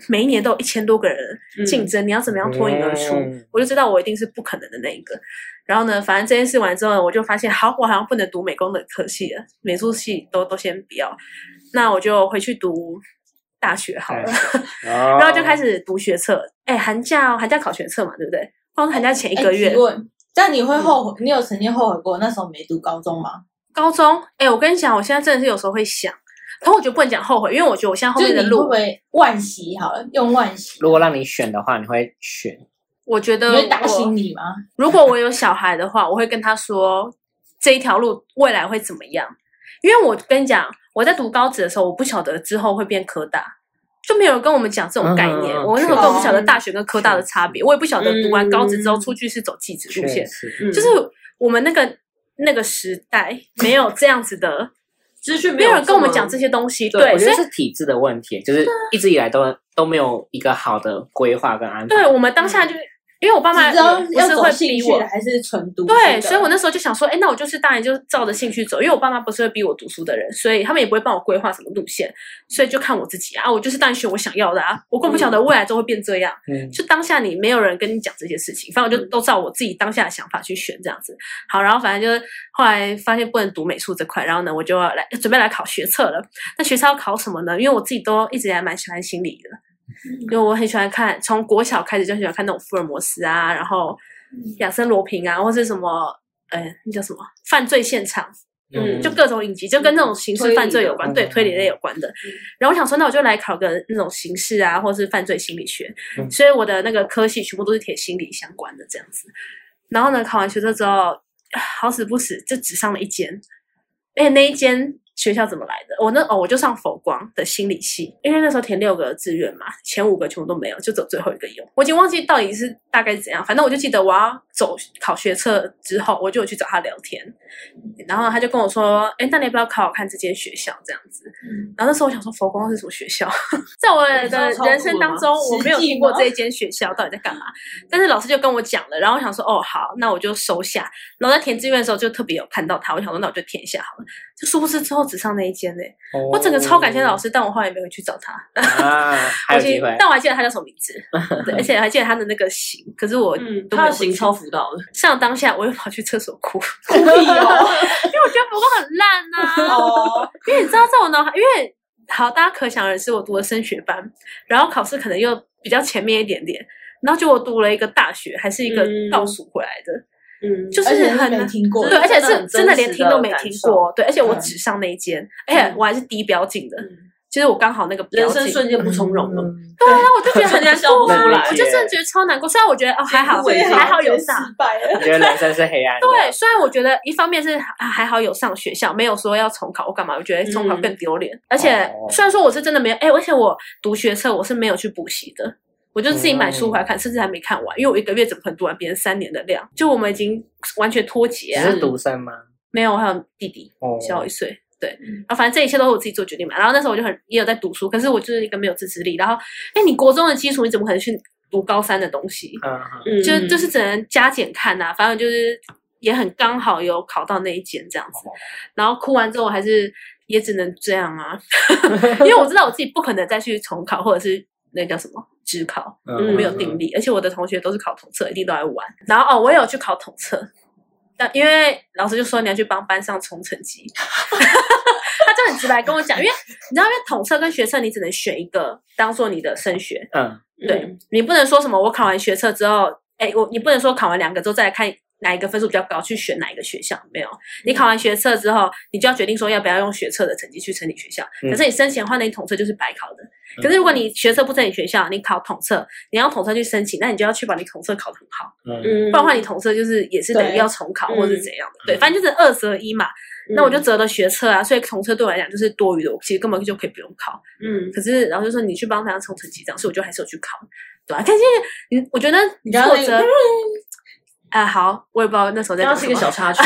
每一年都有一千多个人
嗯
竞争，你要怎么样脱颖而出？
嗯
我就知道我一定是不可能的那一个。然后呢，反正这件事完之后，我就发现，好，我好像不能读美工的科系了，美术系都都先不要。那我就回去读大学好了， 然
然
后就开始读学测。哎，寒假寒假考学测嘛，对不对？放寒假前一
哎
个月，
提问但你会后悔？你有曾经后悔过那时候没读高中吗？
高中，哎、我跟你讲，我现在真的是有时候会想，可我觉得不能讲后悔，因为我觉得我现在后
就
面
是
的
你会
路
不，会惋惜？好了，用惋惜，
如果让你选的话，你会选
我觉
你
得
会打
我
心里吗？
如果我有小孩的话，我会跟他说这一条路未来会怎么样，因为我跟你讲，我在读高职的时候，我不晓得之后会变科大。就没有人跟我们讲这种概念。
嗯
我那时候根本不晓得
嗯
大学跟科大的差别，我也不晓得读完高职之后出去是走技职路
确，
线
实，
嗯
就是我们那个那个时代没有这样子的，
资讯
没有人跟我们讲
这
这些东西。
我
对，
觉
所
得
以啊
是体制的问题，就是一直以来都都没有一个好的规划跟安排。
对我们当下就是因为我爸
嗯
妈
只知道
不
要
是
走
会
兴
逼
趣
我
的，还是纯读书的？
对，所以我那时候就想说，哎，那我就是当然就照着兴趣走，因为我爸妈不是会逼我读书的人，所以他们也不会帮我规划什么路线，所以就看我自己啊，我就是当然选我想要的啊，我根本不晓
嗯
得未来就会变这样，
嗯，
就当下你没有人跟你讲这些事情，反正我就都照我自己当下的想法去选这样子。好，然后反正就是后来发现不能读美术这块，然后呢，我就要来准备来考学测了。那学测要考什么呢？因为我自己都一直以来蛮喜欢心理的，因为我很喜欢看，从国小开始就喜欢看那种福尔摩斯啊，然后养生罗平啊，或是什么。呃，那叫什么？犯罪现场，
嗯，
就各种影集，就跟那种刑事犯罪有关，
推理
对
的
推理类有
嗯
关的。然后我想说，那我就来考个那种刑事啊，或是犯罪心理学。
嗯
所以我的那个科系全部都是填心理相关的这样子。然后呢，考完学测之后，啊好死不死就只上了一间，而且那一间学校怎么来的？我那哦，我就上佛光的心理系，因为那时候填六个志愿嘛，前五个全部都没有，就走最后一个有。我已经忘记到底是大概是怎样，反正我就记得我要走考学测之后，我就有去找他聊天，然后他就跟我说：“哎，那你要不要考考看这间学校？”这样子。然后那时候我想说，佛光是什么学校？ 在我的人生当中，我没有听过这一间学校到底在干嘛。但是老师就跟我讲了，然后我想说：“哦，好，那我就收下。”然后在填志愿的时候就特别有看到他，我想说那我就填一下好了。就殊不知之后只上那一间嘞、我整个超感谢老
师
师，但我后来没有去找他，
哦 啊，还
我
有
已经
机会。
但我还记得他叫什么名 字，对，而且还记得他的那个型。可是我
嗯，
都没
他
有
的
回去
型超辅导的，
上当下，我又跑去厕所哭，
酷哦，
因为我觉得不过很烂啊呐、
哦，
因为你知道在我脑海，因为好，大家可想而知，我读了升学班，然后考试可能又比较前面一点点，然后就我读了一个大学，还是一个
嗯
倒数回来的，
嗯，
就
而
是
且
很
没
难
听过，
对，而且
真的
是
很
真的
真
连
实
听
的
都没
感
听
受嗯
过，对，而且我
嗯
只上那一间，而且我还是低标进的，就是我刚好那个标
人
进，
生瞬间不从容了。
嗯
对啊，我就觉得很难
笑不
过
出
啊
来，
我就真的觉得超难过。虽然我觉得哦还好，
对
还好有
失
上，
败了。
我觉得人生是黑暗的。
对，虽然我觉得一方面是还还好有上学校，没有说要重考或干嘛，我觉得重考更丢脸。而且
嗯哦
虽然说我是真的没有，哎、而且我读学测我是没有去补习的，我就自己买书回来
嗯
看，甚至还没看完，因为我一个月怎么可能读完别人三年的量？就我们已经完全脱节
你
啊！
是独生吗？
没有，我还有弟弟
哦，
嗯
嗯
小我一岁。对，然后反正这一切都是我自己做决定嘛。然后那时候我就很也有在读书，可是我就是一个没有自制力。然后，哎，你国中的基础你怎么可能去读高三的东西？
嗯，
嗯
就就是只能加减看呐、反正就是也很刚好有考到那一间这样子，
哦
然后哭完之后我还是也只能这 样啊，因为我知道我自己不可能再去重考或者是那叫什么只考，我
嗯
没有定力，而且我的同学都是考统测，一定都在玩，然后哦我也有去考统测。但因为老师就说你要去帮班上冲成绩， 他就很直白跟我讲，因为你知道，因为统测跟学测你只能选一个当做你的升学，
嗯，
对你不能说什么我考完学测之后，哎，我你不能说考完两个之后再来看哪一个分数比较高去选哪一个学校，没有。你考完学测之后，你就要决定说要不要用学测的成绩去申请学校。
嗯
可是你申请的话，那你统测就是白考的。可是如果你学测不申请学校，你考统测，你要统测去申请，那你就要去把你统测考得很好，
嗯嗯，
嗯，
不然的话你统测就是也是等于
对
要重考
嗯
或是怎样的。对，
嗯
反正就是二择一嘛。
嗯
那我就择了学测啊，所以统测对我来讲就是多余的，我其实根本就可以不用考。
嗯，
可是然后就说你去帮他冲成绩这样，所以我就还是有去考，对啊，但是你我觉得
你刚刚
挫
那个
折，啊、好，我也不知道那时候在
刚
讲
刚是
什么
个小 插曲，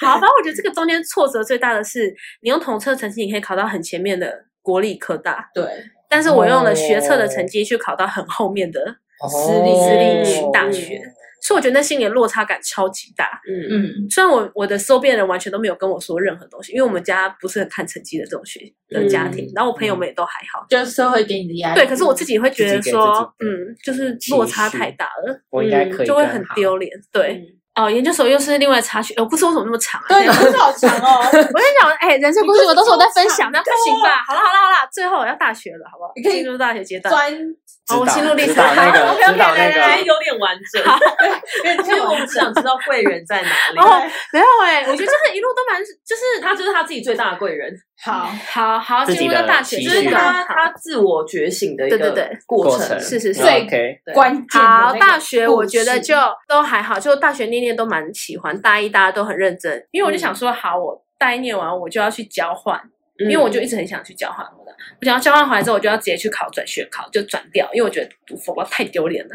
好，反正我觉得这个中间挫折最大的是，你用统测成绩你可以考到很前面的国立科大，
对，
但是我用了学测的成绩去考到很后面的，
哦
私立私
立大学所以我觉得那心里的落差感超级大。
嗯
嗯，
虽然我我的周边人完全都没有跟我说任何东西，因为我们家不是很看成绩的这种学的家庭，然后我朋友们也都还好。
就是社会给你的压力。
对，可是我自己会觉得
自己给自
说，
己的
嗯，就是
期
落差
许
太大了，
我应该可以，
嗯
嗯
就会很丢。脸。
嗯
对，哦，研究所又是另外插曲，哦，故事为什么那么长啊？
对，
我
不是好长 哦，
跟你讲，哎，人生故事我到时候再分享，那不行
哦
吧？好了好了好了，最后我要大学了，好不好？
你可以
进入大学阶段。
专，因
知道
哦我心路历程
知道那个，
OK，OK，OK，
知道那
来来
个
来，
有点完整，
为
因为我们只想知道贵人在哪里。
哦，没有哎，我觉得就是一路都 蛮，就是
他就是他自己最大的贵人，
好，
好好
自己
进入到
的啊
大学，
期
就
就是
是
许
他
刚好
他自我觉醒的一
对对
个
对
过
过
程
程。哦
是是是
最
OK，
对
关键的那
好，
个
大学我
故
觉得
事
就都还好，就大学念念都
嗯
蛮喜欢，大一大家都很认真，因为我就想说，好，我大一念完我就要去交换，
嗯
因为我就一直很想去交换我的，我想要交换回来之后，我就要直接去考转学考，就转掉，因为我觉得读佛光太丢脸了。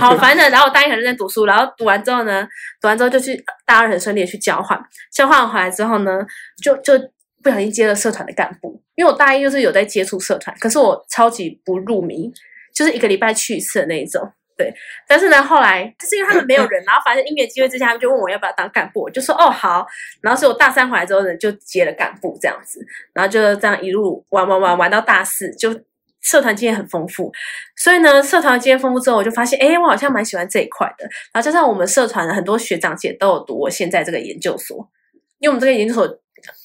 好，反正呢然后我大一很认真读书，然后读完之后呢，读完之后就去大二很顺利的去交换，交换回来之后呢，就就不小心接了社团的干部，因为我大一就是有在接触社团，可是我超级不入迷，就是一个礼拜去一次的那一种。对，但是呢，后来就是因为他们没有人，然后反正因缘机会之下，他们就问我要不要当干部，我就说哦好，然后所以我大三回来之后呢，就接了干部这样子，然后就这样一路玩玩玩玩到大四，就社团经验很丰富。所以呢，社团经验丰富之后，我就发现，哎，我好像蛮喜欢这一块的。然后加上我们社团的很多学长姐都有读我现在这个研究所，因为我们这个研究所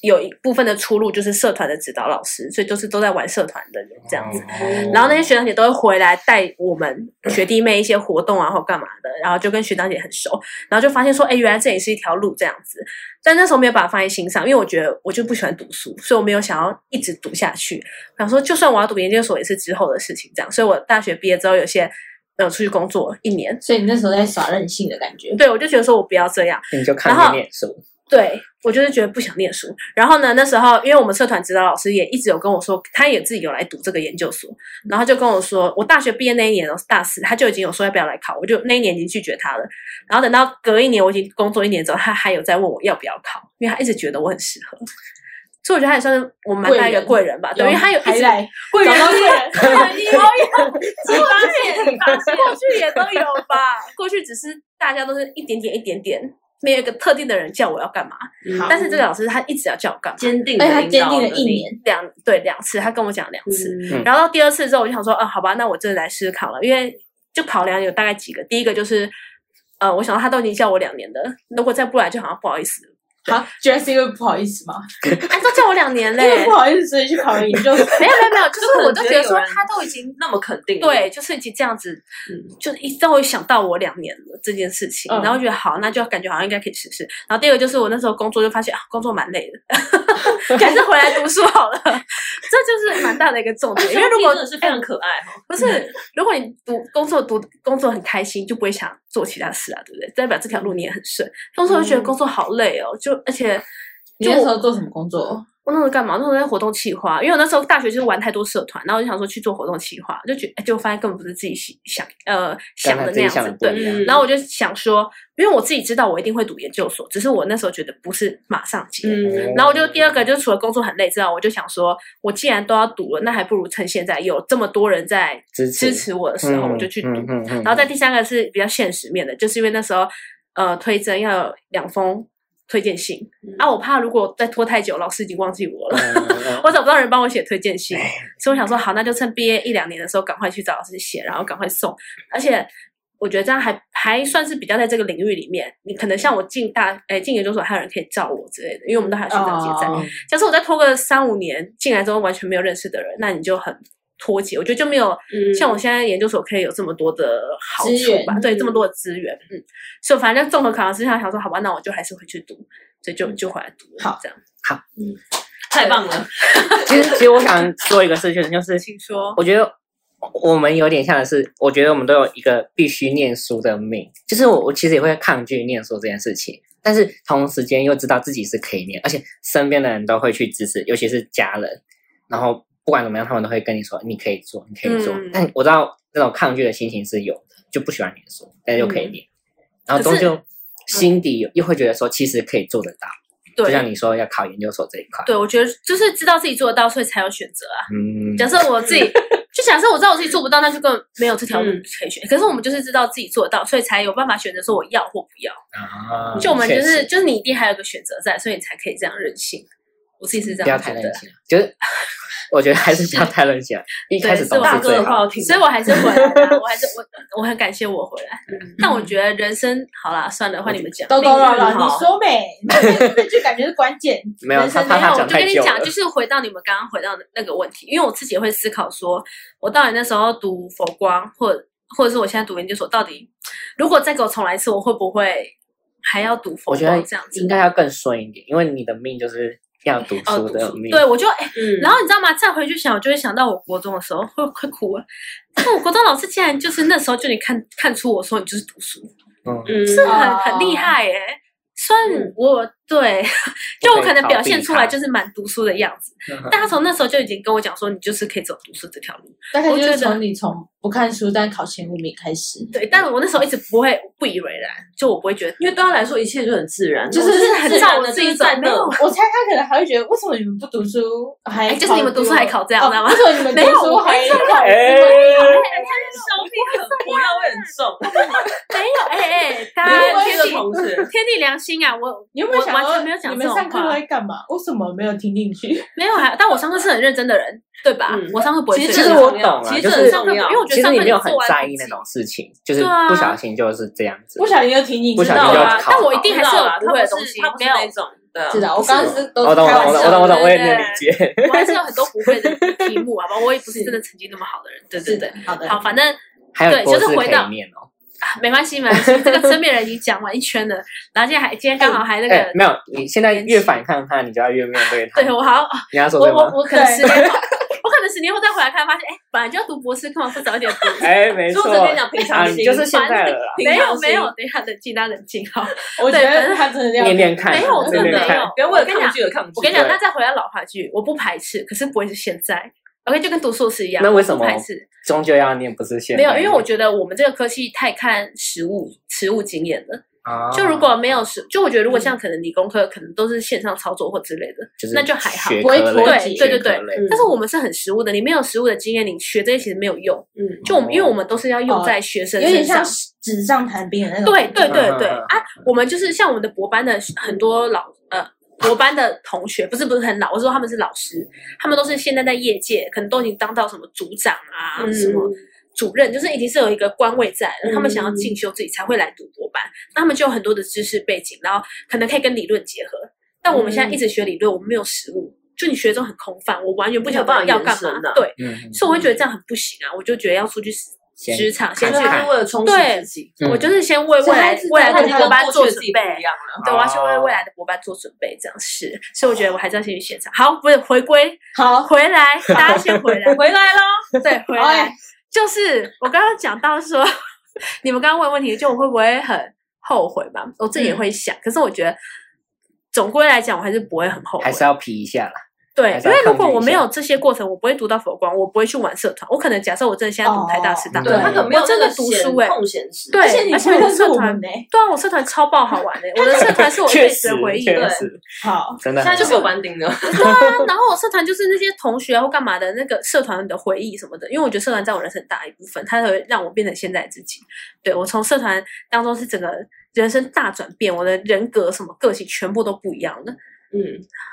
有一部分的出路就是社团的指导老师，所以就是都在玩社团的人这样子。
哦
然后那些学长姐都会回来带我们学弟妹一些活动啊，或干嘛的，然后就跟学长姐很熟，然后就发现说，哎，原来这也是一条路这样子。但那时候没有把它放在心上，因为我觉得我就不喜欢读书，所以我没有想要一直读下去。想说，就算我要读研究所，也是之后的事情这样。所以我大学毕业之后，有些呃出去工作一年，
所以你那时候在耍任性的感觉。
对我就觉得说我不要这样。
你就看
然后
你脸书，
对我就是觉得不想念书。然后呢，那时候因为我们社团指导老师也一直有跟我说，他也自己有来读这个研究所，然后就跟我说，我大学毕业那一年哦，大四，他就已经有说要不要来考，我就那一年已经拒绝他了。然后等到隔一年，我已经工作一年之后，他还有在问我要不要考，因为他一直觉得我很适合。所以我觉得他也算是我蛮大一个贵人啊吧，对，因为他有一
还
直
来
贵人
找到贵人，
你发现，你发现，过去也都有吧。 过去只是大家都是一点点一点点，没有一个特定的人叫我要干嘛。
好
但是这个老师他一直要叫我干嘛，
坚定
而
哎
的
且他
引
坚
导
定了
能
一
力，
年，
两对两次，他跟我讲两次。
嗯
然后到第二次之后，我就想说，啊，好吧，那我真的来试试看了，因为就考量有大概几个，第一个就是，呃，我想到他都已经叫我两年了，如果再不来就好像不好意思 了。
好，居然是因为不好意思吗？
哎，都叫我两年
因为
嘞
不，好意思，所以去考研究所。
没有没有没 有，就是我就觉
有
得说
人
他都已经。
那么肯定，
对，，就是已经这样子，
嗯
就一让我想到我两年了这件事情，
嗯
然后觉得好，那就感觉好像应该可以试试。然后第二个就是我那时候工作就发现啊，工作蛮累的， 还是回来读书好了， 这就是蛮大的一个重 点。因为如果
真的是非常可爱哈，
不是，如果你读工作读工作很开心，就不会想做其他事啊，对不对？代表这条路你也很顺。那时候就觉得工作好累哦，就而且
你那时候做什么工作？
我那时候干嘛？那时候在活动企划，因为我那时候大学就是玩太多社团，然后我就想说去做活动企划，就觉就发现根本不是自己喜想呃想
跟他
的
自
那
己想
样子
的，不
对。
一样。
嗯
然后我就想说，因为我自己知道我一定会读研究所，只是我那时候觉得不是马上结。
嗯
然后我就第二个，就除了工作很累之外，我就想说，我既然都要读了，那还不如趁现在有这么多人在
支持
支持我的时候，我就去读。
嗯嗯嗯、
然后在第三个是比较现实面的，就是因为那时候呃推甄要有两封推荐信，啊，我怕如果再拖太久，老师已经忘记我了。
嗯 哎
我找不到人帮我写推荐信，所以我想说，好，那就趁毕业一两年的时候，赶快去找老师写，然后赶快送。而且我觉得这样还还算是比较在这个领域里面，你可能像我进大诶进研究所，还有人可以照我之类的，因为我们都还有学长姐在。
哦
假设我再拖个三五年进来之后完全没有认识的人，那你就很脱节。我觉得就没有、
嗯
像我现在研究所可以有这么多的好
资
处吧
源，
对，
嗯
这么多的资源，嗯。所以反正综合考量之下，想说好吧，那我就还是回去读，所以就就回来读了。
好
这样。
太棒了，
其实其实我想做一个事情，就是
请说。
我觉得我们有点像的是，我觉得我们都有一个必须念书的命，就是我我其实也会抗拒念书这件事情，但是同时间又知道自己是可以念，而且身边的人都会去支持，尤其是家人，然后不管怎么样，他们都会跟你说你可以做，你可以做。
嗯
但我知道那种抗拒的心情是有的，就不喜欢念书，但是又可
嗯
以念，然后终究心底有又会觉得说其实可以做得到，就
对
像，你说要考研究所这一块，
对，我觉得就是知道自己做得到，所以才有选择啊。
嗯，
假设我自己。就假设我知道我自己做不到，那就根本没有这条路
嗯
可以选。可是我们就是知道自己做得到，所以才有办法选择说我要或不要。
啊，
就我们就
确实
是就是你一定还有个选择在，所以你才可以这样任性。我自己是这
不要
样
太任
觉得，
性了，就是 我觉得还是不要太任性 了，一开始
对
都是
是
大
我
哥
最
的话
好
要
的。
听，
所以我还是回来啦，我还 是我我很感谢我回来。
嗯
但我觉得人生好啦，算了，换你们讲。
都都
命
了
运
了，
好
啊你说美， 这句感觉是关键。
没有
人
他
生
怕
没有，
他
我
讲
就跟
太
你
久
讲，
了
就，是回到你们刚刚回到的那个问题，因为我自己也会思考说，我到底那时候读佛光，或者或者是我现在读研究所，到底如果再给我重来一次，我会不会还要读佛
我觉得
光这样子
应？该要更顺一点，因为你的命就是要读
哦，
书
读
的
书
命。
对，我就哎，
嗯
然后你知道吗？再回去想，我就会想到我国中的时候， 会快哭了。但我国中老师竟 然就是那时候就你看看出我说你就是读书，啊
嗯，
嗯
这很
哦
很厉害耶、算我 对，就
不可以
我可能
逃避
表现出来
它
就是蛮读书的样子，但他从那时候就已经跟我讲说，你就是可以走读书这条路。
大概
我
就
觉
是
得
从你从不看书但考前五名开始，
对，但我那时候一直不会不以为然，就我不会觉得，
因为对他来说一切就很自然，
就是
我
是
很
自然
照我
的
自己
就是在
走
没有
的。
我猜他可能还会觉得，为什么你们不读书还
哎
考、哦
就是你们读书还考这样知道吗
为什么你们
没有
读书还考？
哎，
小品很
我要会很重，
没有，哎 哎，大
每
家
一
天
天的
地
同学，
天地良心啊，我
你有没有想
我完
过
全没有讲
你
这
们
种
上课都
话
在干嘛？为什么没有听进去？
没有啊还，但我上课是很认真的人，对吧
嗯？
我上课不会
其
睡
实
其
觉。
实我懂了，
其
就
实
是
很
上
重
课
要
因为我觉
其实
得上
你
课
没有
做
很
完
在
自
意那
己
种事情，就是
对啊
不小心就是这样子
不。小心就听进去，
不小
心
心
知
就
道
考
啊
好。
但我一定还是有
他
不
不
会的
是
东西
他不是
没有
那种的，
知道，我刚刚是都
哦我懂，
开玩
我懂，
笑
我懂，我懂，我也能
对
理解。
我还是有很多不会的题目，好吧？我也不是真的成绩那么好的人，对对
是
对
的。，好的，
好，反正
还有
对
博
就
士
是
可
回
以
到
念哦。
啊没关系，没关系。这个身边人已经讲完一圈了，然后今天还今天刚好还那
哎，
个，
没有，你现在越反抗他，你就要越面对他。
对我好，
你要
我
说对
我
吗？
我可能十年后， 我可能十年后再回来看，发现哎，本来就要读博士，干嘛不早点读？
哎， 没
所
错
以我只跟你讲，平
啊，
常
你
心，
就是现在了啦。
平
没有
常心
没有，，等一下冷静，大家冷静好。
我觉
对反
得
正
他真的要
念念看
没有，真的
对
没
对对
有。
不要为了
我跟
抗
你讲，
拒而抗拒。
我跟你讲，
对
那再回来老话剧，我不排斥，可是不会是现在。OK，就跟读硕士一样，
那为什么
我不排斥？
终究要念，不是现
没
在
有，
念。
因为我觉得我们这个科系太看实物、实物经验了。
啊
就如果没有实，就我觉得如果像可能理工科，可能都是线上操作或之类的，
就是
那就还好。
学
不会
科
脱
类
节
学
对对对
科类
嗯
但是我们是很实务的，你没有实务的经验，你学这些其实没有用。
嗯，
就我们，因为我们都是要用
哦
在学生
有点
身上
像，纸上谈兵的那种。
对对对对
嗯嗯嗯
啊！我们就是像我们的博班的很多老呃博班的同学，不是不是很老，我是说他们是老师，他们都是现在在业界，可能都已经当到什么组长啊、什么主任，就是已经是有一个官位在了，
嗯
他们想要进修自己才会来读博班，那他们就有很多的知识背景，然后可能可以跟理论结合。但我们现在一直学理论，我们没有实务，就你学这种很空泛，我完全不晓得
没有办法
要
延
干
伸
嘛。
啊
对，
嗯，
所以我会觉得这样很不行啊，我就觉得要出去
先
职场先
就
去
是
看
他是为了充实自己，
嗯
我就是先为未来
所以
未来
他
的
知道
博班做
过去
准
的自己不
备
一，样了。，
对，我要先为未来的博班做准备，这样是，所以我觉得我还是要先去现场。好，不是回归
好，
回来，大家先回来
回来喽，
对，回
好
来
哎
就是我刚刚讲到说， 你们刚刚问问题，就我会不会很后悔嘛？我自己也会想，可是我觉得总归来讲，我还是不会很后
嗯
悔
还，是要皮一下啦。
对
还，是
因
要
为如
抗
果
拒一
我没
下
有这些过程，我不会读到佛光，我不会去玩社团，我可能假设我真的现在读台大、
哦
师大，
嗯
对他可能没有
我真的
那个
读
闲
书欸
空闲时，
对
而且你
而且
会
我
认识
社
我
团
们呢。
对啊，我社团超爆好玩的、我的社团是我一
确
辈子
实
的回，忆。
确
对
实，
好，
真的
现在就
很
是有班丁的，
啊，然后我社团就是那些同学啊或干嘛的那个社团的回忆什么的，因为我觉得社团占我人生很大一部分，它会让我变成现在自己。对我从社团当中是整个人生大转变，我的人格什么个性全部都不一样了。
嗯，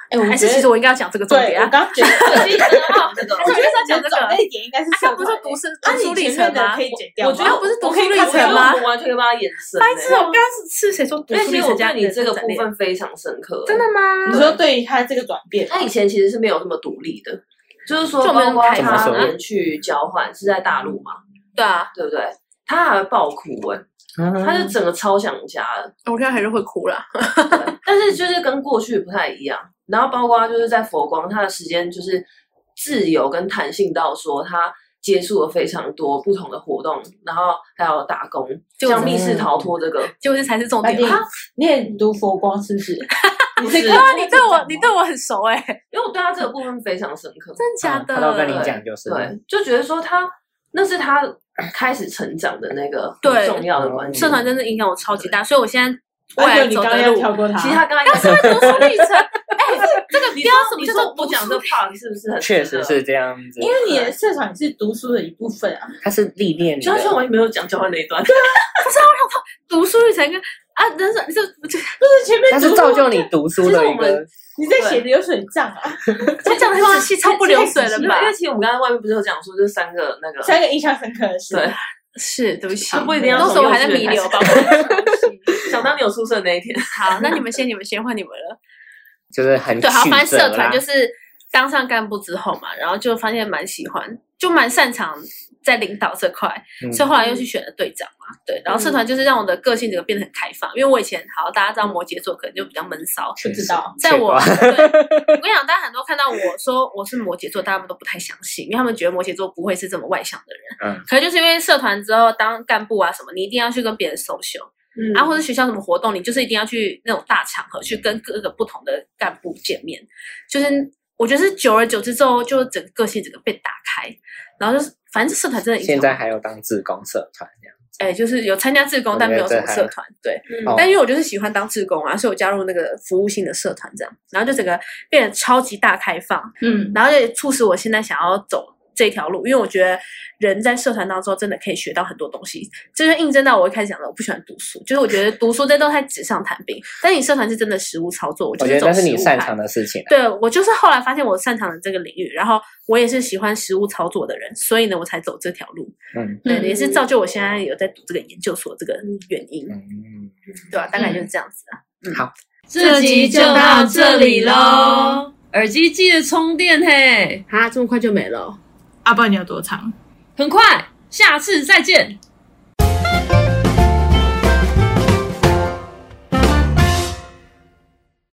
哎，我
还是
觉得
其实我应该要讲这个重
对，
点
我
啊，
刚 觉得，
所以真的哦这个
还是我就是要讲这个
那点应该是
啊，
社团
他不是读书
啊，
读书
你
历
前
程
面的
吗
可？以剪掉
我
吗。
觉得
不是读
我可以
书历
看
程
我觉
吗
得我完全可以帮他延伸欸。
白痴！我刚刚是是谁说读
因为
书
其
历
实我
程加
对你
人
这
生
个
转
部
变？
分非常深刻。
真的，吗？
你说对于他这个转变，
哦
他以前其实是没有这么独立的，就是说，
就没有那
包
么
括
开
放
他
怎么
当
说
年去交换是在大陆嘛，
对啊，
对不对？他还爆哭哎、
嗯
他就整个超想家了。
我现在还是会哭啦。
对但是就是跟过去不太一样。然后包括就是在佛光，他的时间就是自由跟弹性到说他。接触了非常多不同的活动，然后还有打工，
就
像密室逃脱这个，
结果这才是重
白
点
丁
吧。啊，
你也读佛光是不 是？你是
对
你对我，你对我很熟哎、
因为我对他这个部分非常深刻。
真的假的？
嗯他都跟你讲就是，
对，就觉得说他那是他开始成长的那个
对哦
很重要的关
嗯
键。
社团真的影响我超级大，所以我现在未
而
来
且你
走
刚
的
刚要
路，
跳过他，
其实他刚刚
是读书 历程。哎，这个
你
标什么
你
叫
说
做
我
读
讲
书
这？胖是不是很
确实是这样子
因。为你的社团是读书的一部分啊，
他是历练你
交
的
换我也没有讲交换那一段，
读书历程跟啊，人生这这
就是前面
他
读
是
书
造就你读书的一
其实我
个
们，
你在写流水账啊，
这 讲的很仔细，超不流水了
因为因
吧
为？其实我们刚才外面不是有讲说，就是三个那个
三个印象深刻的事。
对
是，对不起
啊，不一定要
那时候我还在
从幼稚园
弥留吧。
想当你有宿舍那一天，
好，那你们先，你们先换你们了。
就是很
对，好，
曲
反正
折
社
啦
团就。是当上干部之后嘛，然后就发现蛮喜欢，就蛮擅长在领导这块。
嗯
所以后来又去选了队长嘛，对，然后社团就是让我的个性整个变得很开放，因为我以前好，大家知道摩羯座可能就比较闷骚，
不知道，
在我 对我跟你讲，大家很多看到我说我是摩羯座，大家都不太相信，因为他们觉得摩羯座不会是这么外向的人，
嗯，
可能就是因为社团之后当干部啊什么，你一定要去跟别人 social，
嗯
然后或者学校什么活动，你就是一定要去那种大场合去跟各个不同的干部见面，就是我觉得是久而久之之后，就整个个性整个被打开，然后就是反正社团真的影响
现在还有当志工社团这样。
哎，就是有参加志工，
我
但没
觉
有
得
什
这
么
还
社团，对。
嗯
哦
但因为我就是喜欢当志工啊，所以我加入那个服务性的社团，这样，然后就整个变得超级大开放，
嗯，
然后也促使我现在想要走这条路，因为我觉得人在社团当中真的可以学到很多东西。这就印证到我一开始讲的，我不喜欢读书，就是我觉得读书这都太纸上谈兵，但你社团是真的实物操作，我
我
就
觉得
走
哦那是
实
你
物
擅
派
长的事情、啊。
对我就是后来发现我擅长的这个领域，然后我也是喜欢实物操作的人，所以呢，我才走这条路。
嗯
对，
嗯
也是造就我现在有在读这个研究所这个原因，
嗯，
对吧、大概就是这样子啊。
这集就到这里喽，耳机记得充电嘿，
啊，这么快就没了哦、
阿爸你有多长？
很快，下次再见。